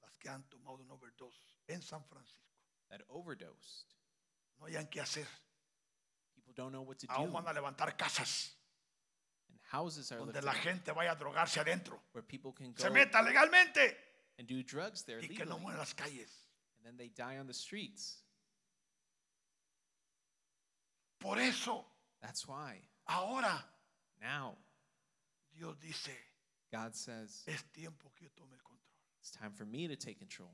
Speaker 1: las que han tomado un overdose en San Francisco.
Speaker 2: that overdosed.
Speaker 1: No hayan qué hacer.
Speaker 2: People don't know what to do,
Speaker 1: Aún van a levantar casas
Speaker 2: and houses are
Speaker 1: donde
Speaker 2: lifted
Speaker 1: la
Speaker 2: up
Speaker 1: gente vaya a drogarse adentro,
Speaker 2: where people can go
Speaker 1: se meta legalmente
Speaker 2: and do drugs there
Speaker 1: y
Speaker 2: legally,
Speaker 1: que no mueran
Speaker 2: and
Speaker 1: las calles.
Speaker 2: then they die on the streets.
Speaker 1: Por eso,
Speaker 2: That's why
Speaker 1: ahora
Speaker 2: now
Speaker 1: Dios dice,
Speaker 2: God says
Speaker 1: es tiempo que yo tome el control.
Speaker 2: it's time for me to take control.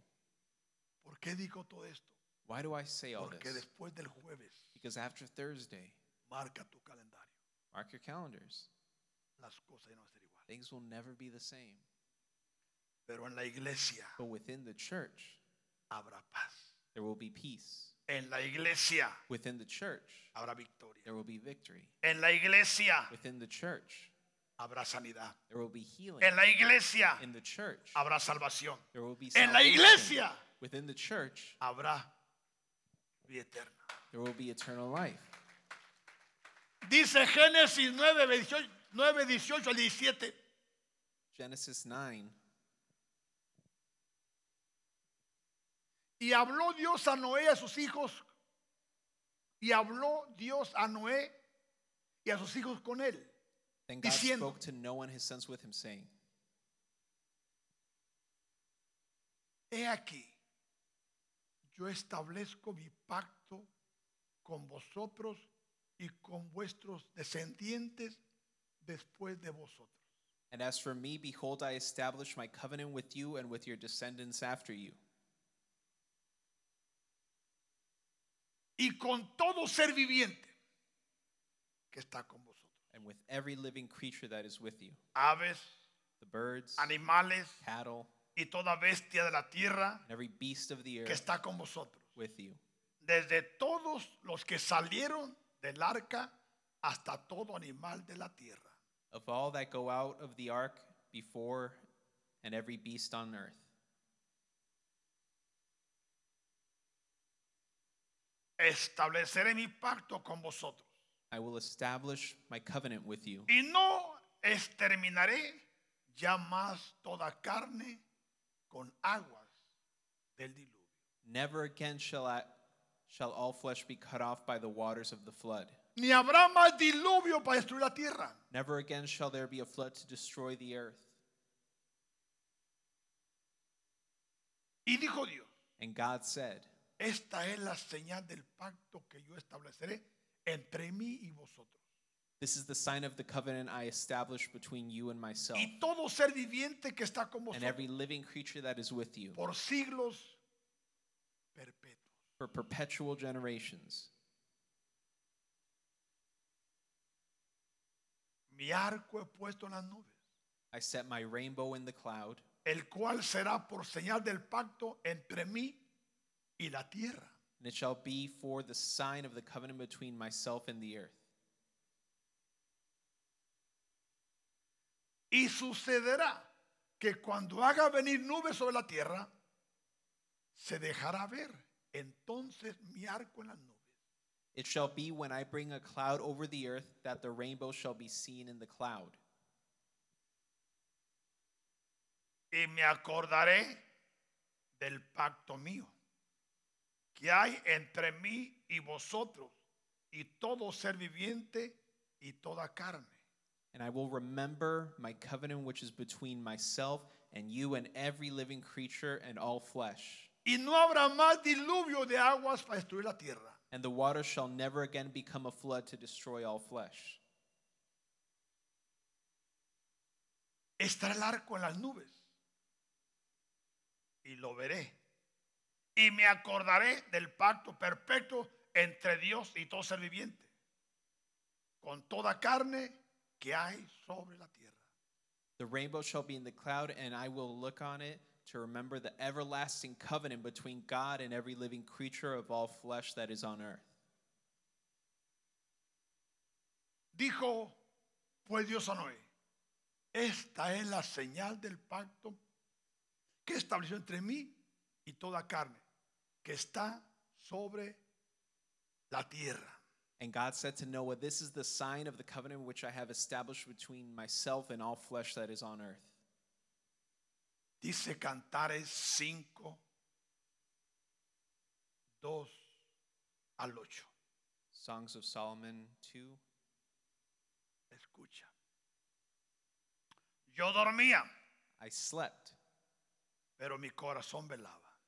Speaker 1: ¿Por qué digo todo esto?
Speaker 2: Why do I say all
Speaker 1: Porque
Speaker 2: this?
Speaker 1: después del jueves,
Speaker 2: Because after Thursday,
Speaker 1: marca tu calendario.
Speaker 2: mark your calendars.
Speaker 1: Las cosas ya no van a ser igual.
Speaker 2: Things will never be the same.
Speaker 1: Pero en la iglesia
Speaker 2: But within the church,
Speaker 1: habrá paz.
Speaker 2: there will be peace.
Speaker 1: En la iglesia
Speaker 2: Within the church,
Speaker 1: habrá victoria.
Speaker 2: there will be victory.
Speaker 1: En la iglesia
Speaker 2: Within the church,
Speaker 1: habrá sanidad.
Speaker 2: there will be healing.
Speaker 1: En la iglesia
Speaker 2: In the church,
Speaker 1: habrá salvación.
Speaker 2: There will be
Speaker 1: En la
Speaker 2: salvation.
Speaker 1: iglesia
Speaker 2: Within the church,
Speaker 1: habrá vida eterna.
Speaker 2: There will be eternal life.
Speaker 1: Dice Génesis 9, 18, 9, 18 al 17.
Speaker 2: Genesis 9.
Speaker 1: Y habló Dios a Noé y a sus hijos. Y habló Dios a Noé y a sus hijos con él.
Speaker 2: Then God
Speaker 1: Diciendo.
Speaker 2: spoke to Noah and his sons with him, saying,
Speaker 1: He aquí, yo establezco mi pacto con vosotros y con vuestros descendientes después de vosotros.
Speaker 2: And as for me, behold, I establish my covenant with you and with your descendants after you,
Speaker 1: Y con todo ser viviente que está con vosotros.
Speaker 2: and with every living creature that is with you
Speaker 1: Aves,
Speaker 2: the birds,
Speaker 1: animales
Speaker 2: cattle,
Speaker 1: y toda bestia de la tierra
Speaker 2: and every beast of the
Speaker 1: que
Speaker 2: earth
Speaker 1: está con vosotros.
Speaker 2: with you.
Speaker 1: desde todos los que salieron del arca hasta todo animal de la tierra.
Speaker 2: Of all that go out of the ark before, and every beast on earth.
Speaker 1: Estableceré mi pacto con vosotros
Speaker 2: I will establish my covenant with you,
Speaker 1: y no exterminaré ya más toda carne con aguas del diluvio.
Speaker 2: Never again shall I, shall all flesh be cut off by the waters of the flood.
Speaker 1: Ni habrá más diluvio para destruir la tierra.
Speaker 2: Never again shall there be a flood to destroy the earth.
Speaker 1: Y dijo Dios,
Speaker 2: And God said,
Speaker 1: esta es la señal del pacto que yo estableceré entre mí y vosotros.
Speaker 2: This is the sign of the covenant I establish between you and myself,
Speaker 1: Y todo ser viviente que está con
Speaker 2: and
Speaker 1: vosotros
Speaker 2: every living creature that is with you,
Speaker 1: por siglos perpetuos.
Speaker 2: for perpetual generations.
Speaker 1: Mi arco he puesto en las nubes,
Speaker 2: I set my rainbow in the cloud,
Speaker 1: el cual será por señal del pacto entre mí y la tierra.
Speaker 2: and it shall be for the sign of the covenant between myself and the earth.
Speaker 1: Y sucederá que cuando haga venir nubes sobre la tierra, se dejará ver entonces mi arco en las nubes.
Speaker 2: It shall be when I bring a cloud over the earth that the rainbow shall be seen in the cloud.
Speaker 1: Y me acordaré del pacto mío que hay entre mí y vosotros y todo ser viviente y toda carne.
Speaker 2: And I will remember my covenant which is between myself and you and every living creature and all flesh.
Speaker 1: Y no habrá más diluvio de aguas para destruir la tierra.
Speaker 2: And the water shall never again become a flood to destroy all flesh.
Speaker 1: Estará el arco en las nubes. Y lo veré. Y me acordaré del pacto perfecto entre Dios y todo ser viviente. Con toda carne que hay sobre la tierra.
Speaker 2: The rainbow shall be in the cloud, and I will look on it to remember the everlasting covenant between God and every living creature of all flesh that is on earth.
Speaker 1: Dijo pues Dios a Noé. Esta es la señal del pacto que estableció entre mí y toda carne que está sobre la tierra.
Speaker 2: And God said to Noah, This is the sign of the covenant which I have established between myself and all flesh that is on earth.
Speaker 1: Dice Cantares 5, 2 al 8.
Speaker 2: Songs of Solomon 2.
Speaker 1: Escucha. Yo dormía,
Speaker 2: I slept,
Speaker 1: pero mi corazón velaba.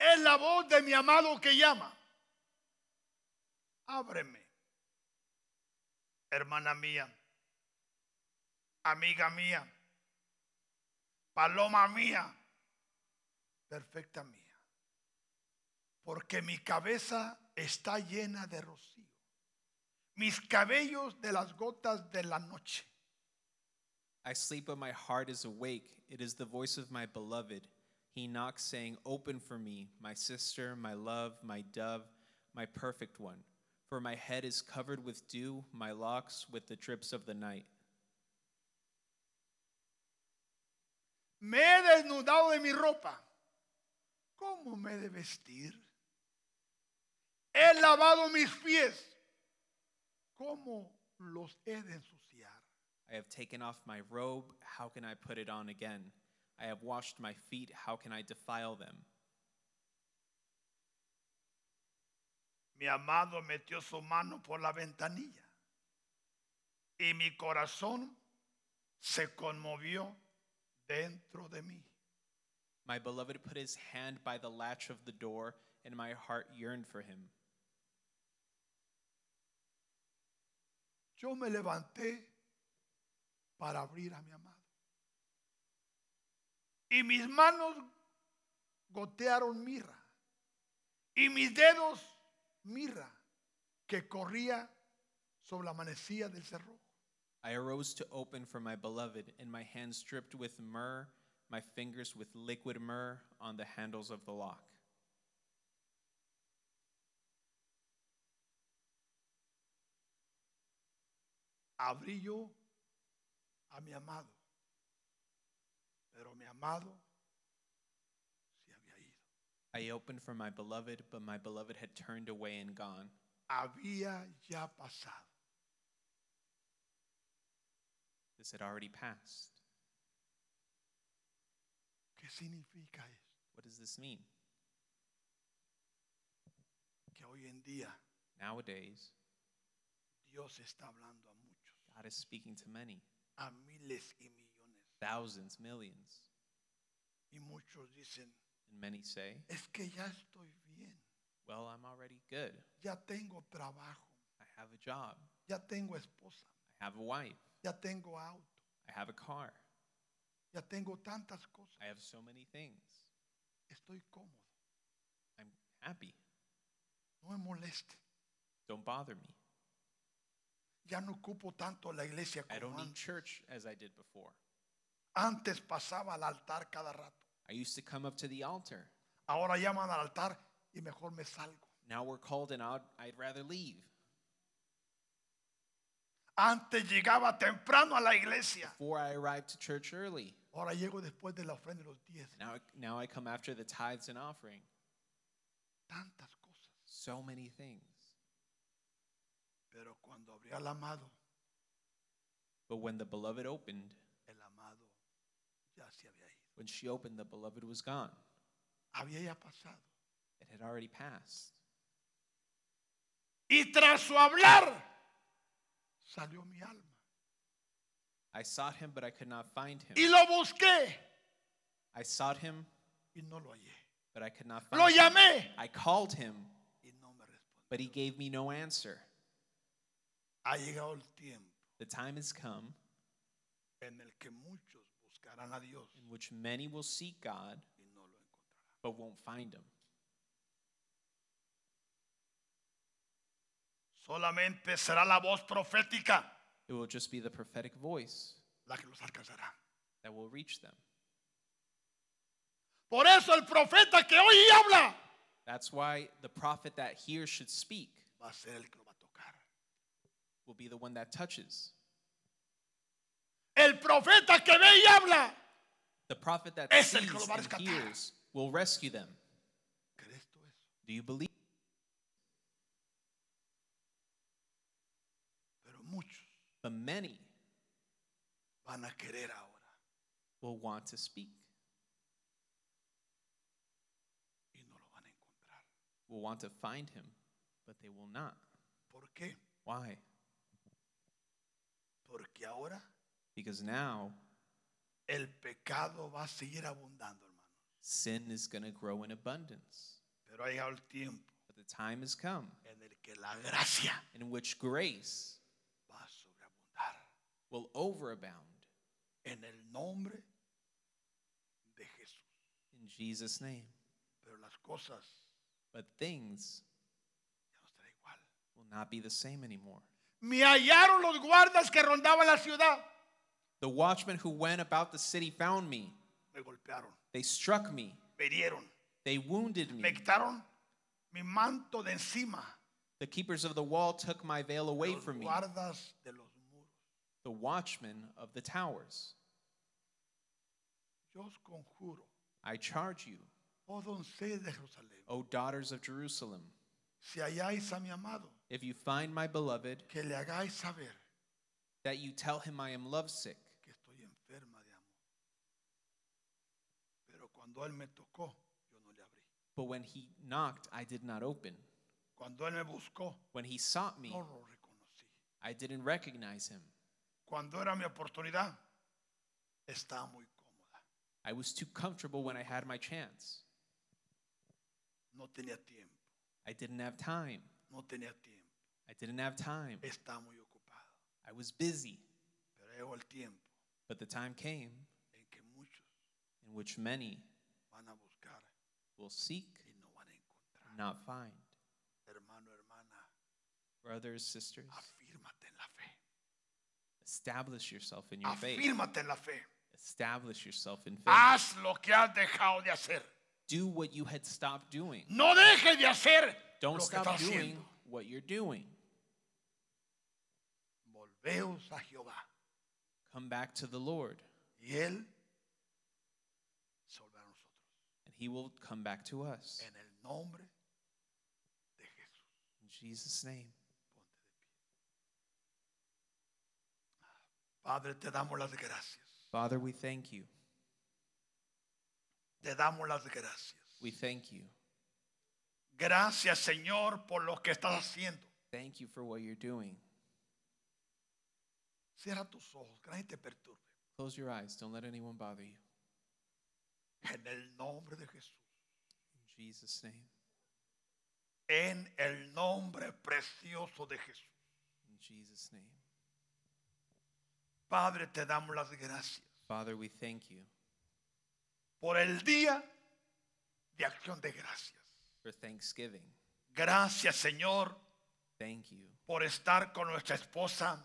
Speaker 1: Es la voz de mi amado que llama. Ábreme, hermana mía, amiga mía, paloma mía, perfecta mía, porque mi cabeza está llena de rocío, mis cabellos de las gotas de la noche.
Speaker 2: I sleep, but my heart is awake. It is the voice of my beloved. He knocks, saying, Open for me, my sister, my love, my dove, my perfect one. For my head is covered with dew, my locks with the drips of the night.
Speaker 1: Me he desnudado de mi ropa. ¿Cómo me he de vestir? He lavado mis pies. ¿Cómo los he de ensuciar?
Speaker 2: I have taken off my robe. How can I put it on again? I have washed my feet. How can I defile them?
Speaker 1: Mi amado metió su mano por la ventanilla y mi corazón se conmovió dentro de mí.
Speaker 2: My beloved put his hand by the latch of the door, and my heart yearned for him.
Speaker 1: Yo me levanté para abrir a mi amado. Y mis manos gotearon mirra. Y mis dedos mirra que corría sobre la manecilla del cerrojo.
Speaker 2: I arose to open for my beloved, and my hands dripped with myrrh, my fingers with liquid myrrh on the handles of the lock.
Speaker 1: Abrí yo a mi amado. Pero mi amado se había ido.
Speaker 2: I opened for my beloved, but my beloved had turned away and gone.
Speaker 1: Había ya pasado.
Speaker 2: This had already passed.
Speaker 1: ¿Qué significa esto?
Speaker 2: What does this mean?
Speaker 1: Que hoy en día
Speaker 2: Nowadays,
Speaker 1: Dios está hablando a muchos,
Speaker 2: God is speaking to many,
Speaker 1: a miles y millones.
Speaker 2: thousands, millions.
Speaker 1: Y muchos dicen,
Speaker 2: And many say,
Speaker 1: es que ya estoy bien,
Speaker 2: Well, I'm already good.
Speaker 1: ya tengo trabajo,
Speaker 2: I have a job.
Speaker 1: ya tengo esposa,
Speaker 2: I have a wife.
Speaker 1: ya tengo auto,
Speaker 2: I have a car.
Speaker 1: ya tengo tantas cosas,
Speaker 2: I have so many things.
Speaker 1: estoy cómodo,
Speaker 2: I'm happy.
Speaker 1: no me moleste.
Speaker 2: Don't bother me.
Speaker 1: Ya no ocupo tanto la iglesia
Speaker 2: I don't
Speaker 1: como
Speaker 2: need
Speaker 1: antes.
Speaker 2: church as I did before.
Speaker 1: Antes pasaba al altar cada rato.
Speaker 2: I used to come up to the altar.
Speaker 1: Ahora llaman al altar y mejor me salgo.
Speaker 2: Now we're called and out. I'd rather leave.
Speaker 1: Antes llegaba temprano a la iglesia.
Speaker 2: Before I arrived to church early.
Speaker 1: Ahora llego después de la ofrenda de los diez.
Speaker 2: Now, now I come after the tithes and offering.
Speaker 1: Tantas cosas.
Speaker 2: So many things.
Speaker 1: Pero cuando abría al amado,
Speaker 2: But when the beloved opened,
Speaker 1: el amado ya se había ido.
Speaker 2: when she opened, the beloved was gone.
Speaker 1: Había ya pasado.
Speaker 2: It had already passed.
Speaker 1: Y tras su hablar, salió mi alma.
Speaker 2: I sought him, but I could not find
Speaker 1: Y
Speaker 2: him.
Speaker 1: lo busqué
Speaker 2: I sought him,
Speaker 1: y no lo hallé.
Speaker 2: but I could not find
Speaker 1: Lo
Speaker 2: him.
Speaker 1: llamé
Speaker 2: I called him,
Speaker 1: y no me respondió.
Speaker 2: but he gave me no answer.
Speaker 1: Ha llegado el tiempo
Speaker 2: The time has come
Speaker 1: en el que muchos buscarán a Dios
Speaker 2: in which many will seek God,
Speaker 1: y no lo encontrarán.
Speaker 2: but won't find him.
Speaker 1: Solamente será la voz profética
Speaker 2: It will just be the prophetic voice
Speaker 1: la que los alcanzará.
Speaker 2: that will reach them.
Speaker 1: Por eso el profeta que hoy habla
Speaker 2: That's why the prophet that hears should speak
Speaker 1: va a ser el que lo va a tocar.
Speaker 2: will be the one that touches.
Speaker 1: El profeta que ve y habla.
Speaker 2: The prophet that
Speaker 1: Es el que lo
Speaker 2: sees
Speaker 1: va a
Speaker 2: and
Speaker 1: rescatar.
Speaker 2: hears will rescue them.
Speaker 1: ¿Crees tú eso?
Speaker 2: Do you believe?
Speaker 1: Pero muchos
Speaker 2: But many
Speaker 1: van a querer ahora
Speaker 2: will want to speak,
Speaker 1: y no lo van a encontrar.
Speaker 2: will want to find him, but they will not.
Speaker 1: ¿Por qué?
Speaker 2: Why?
Speaker 1: Porque ahora
Speaker 2: Because now
Speaker 1: el pecado va a seguir abundando, hermano.
Speaker 2: sin is going to grow in abundance.
Speaker 1: Pero ha llegado el tiempo
Speaker 2: But the time has come
Speaker 1: en el que la gracia
Speaker 2: in which grace
Speaker 1: va a sobreabundar.
Speaker 2: will overabound
Speaker 1: En el nombre de Jesús.
Speaker 2: in Jesus' name.
Speaker 1: Pero las cosas
Speaker 2: But things
Speaker 1: ya no estarán igual.
Speaker 2: will not be the same anymore.
Speaker 1: Me hallaron los guardas que rondaban la ciudad.
Speaker 2: The watchmen who went about the city found me.
Speaker 1: Me golpearon,
Speaker 2: They struck me.
Speaker 1: me hirieron,
Speaker 2: They wounded
Speaker 1: me
Speaker 2: me.
Speaker 1: quitaron mi manto de encima.
Speaker 2: The keepers of the wall took my veil away
Speaker 1: los
Speaker 2: from me.
Speaker 1: guardas de los muros.
Speaker 2: The watchmen of the towers.
Speaker 1: Yo os conjuro,
Speaker 2: I charge you,
Speaker 1: oh doncella de Jerusalén,
Speaker 2: O daughters of Jerusalem,
Speaker 1: si halláis a mi amado,
Speaker 2: If you find my beloved,
Speaker 1: que le hagáis saber
Speaker 2: that you tell him I am lovesick.
Speaker 1: que estoy enferma de amor. Pero cuando Él me tocó, yo no le abrí.
Speaker 2: But when he knocked, I did not open.
Speaker 1: Cuando Él me buscó,
Speaker 2: When he sought me,
Speaker 1: no lo reconocí.
Speaker 2: I didn't recognize him.
Speaker 1: Cuando era mi oportunidad, estaba muy cómoda.
Speaker 2: I was too comfortable when I had my chance.
Speaker 1: No tenía tiempo,
Speaker 2: I didn't have time.
Speaker 1: no tenía tiempo.
Speaker 2: I didn't have time.
Speaker 1: Estaba muy ocupado.
Speaker 2: I was busy.
Speaker 1: Pero llegó el tiempo
Speaker 2: But the time came
Speaker 1: en que muchos
Speaker 2: in which many
Speaker 1: van a buscar
Speaker 2: will seek
Speaker 1: y no van a encontrar.
Speaker 2: and not find.
Speaker 1: Hermano, hermana,
Speaker 2: Brothers, sisters,
Speaker 1: afírmate en la fe.
Speaker 2: establish yourself in your faith.
Speaker 1: Afírmate en la fe.
Speaker 2: Establish yourself in faith.
Speaker 1: Haz lo que has dejado de hacer.
Speaker 2: Do what you had stopped doing.
Speaker 1: No dejes de hacer
Speaker 2: Don't
Speaker 1: lo que está
Speaker 2: stop doing
Speaker 1: haciendo.
Speaker 2: what you're doing.
Speaker 1: Volveos a Jehová
Speaker 2: Come back to the Lord,
Speaker 1: y Él se volverá a nosotros.
Speaker 2: and He will come back to us.
Speaker 1: En el nombre de Jesús.
Speaker 2: In Jesus' name.
Speaker 1: Ponte de pie. Padre, te damos las gracias.
Speaker 2: Father, we thank you.
Speaker 1: Te damos las gracias.
Speaker 2: We thank you.
Speaker 1: Gracias, Señor, por lo que estás haciendo.
Speaker 2: Thank you for what you're doing.
Speaker 1: Cierra tus ojos, que nadie te perturbe.
Speaker 2: Close your eyes. Don't let anyone bother you.
Speaker 1: En el nombre de Jesús.
Speaker 2: In Jesus' name.
Speaker 1: En el nombre precioso de Jesús.
Speaker 2: In Jesus' name.
Speaker 1: Padre, te damos las gracias
Speaker 2: Father, we thank you
Speaker 1: por el día de acción de gracias.
Speaker 2: for Thanksgiving.
Speaker 1: Gracias, Señor,
Speaker 2: Thank you
Speaker 1: por estar con nuestra esposa,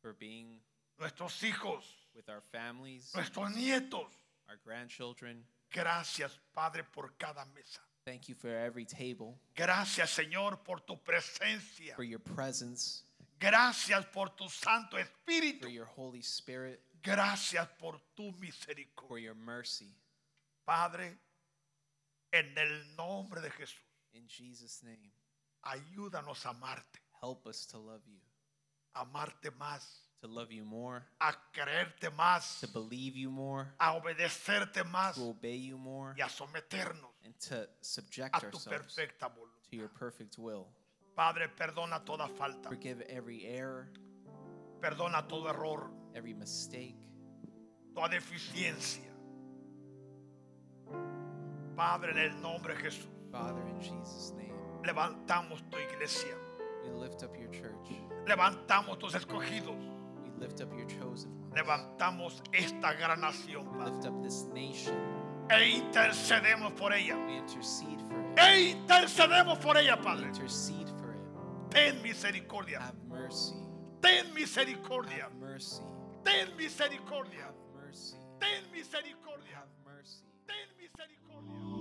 Speaker 2: for being
Speaker 1: nuestros hijos,
Speaker 2: with our families,
Speaker 1: nuestros nietos.
Speaker 2: our grandchildren.
Speaker 1: Gracias, Padre, por cada mesa.
Speaker 2: Thank you for every table,
Speaker 1: Gracias, Señor, por tu presencia.
Speaker 2: for your presence,
Speaker 1: Gracias por tu Santo
Speaker 2: for
Speaker 1: Espíritu.
Speaker 2: your Holy Spirit,
Speaker 1: Gracias por tu
Speaker 2: for
Speaker 1: misericordia.
Speaker 2: your mercy.
Speaker 1: Padre, en el nombre de Jesús,
Speaker 2: In Jesus' name.
Speaker 1: ayúdanos a amarte,
Speaker 2: Help us to love you,
Speaker 1: a amarte más,
Speaker 2: to love you more,
Speaker 1: a creerte más,
Speaker 2: to believe you more,
Speaker 1: a obedecerte más
Speaker 2: to obey you more,
Speaker 1: y a someternos
Speaker 2: and to subject
Speaker 1: a tu
Speaker 2: ourselves
Speaker 1: perfecta voluntad.
Speaker 2: to your perfect will.
Speaker 1: Padre, perdona toda falta,
Speaker 2: Forgive every error,
Speaker 1: perdona todo error,
Speaker 2: every mistake,
Speaker 1: toda deficiencia. Padre, en el nombre de Jesús,
Speaker 2: Father, in Jesus' name.
Speaker 1: levantamos tu iglesia,
Speaker 2: We lift up your church.
Speaker 1: levantamos tus escogidos,
Speaker 2: We lift up your chosen ones.
Speaker 1: levantamos esta gran nación,
Speaker 2: We
Speaker 1: Padre,
Speaker 2: lift up this nation.
Speaker 1: e intercedemos por ella.
Speaker 2: We intercede for it.
Speaker 1: E intercedemos por ella,
Speaker 2: We
Speaker 1: Padre.
Speaker 2: intercede for it.
Speaker 1: Ten misericordia.
Speaker 2: Have mercy.
Speaker 1: Ten misericordia.
Speaker 2: Have mercy.
Speaker 1: Ten misericordia.
Speaker 2: Have mercy.
Speaker 1: Ten misericordia.
Speaker 2: Have mercy.
Speaker 1: Ten misericordia.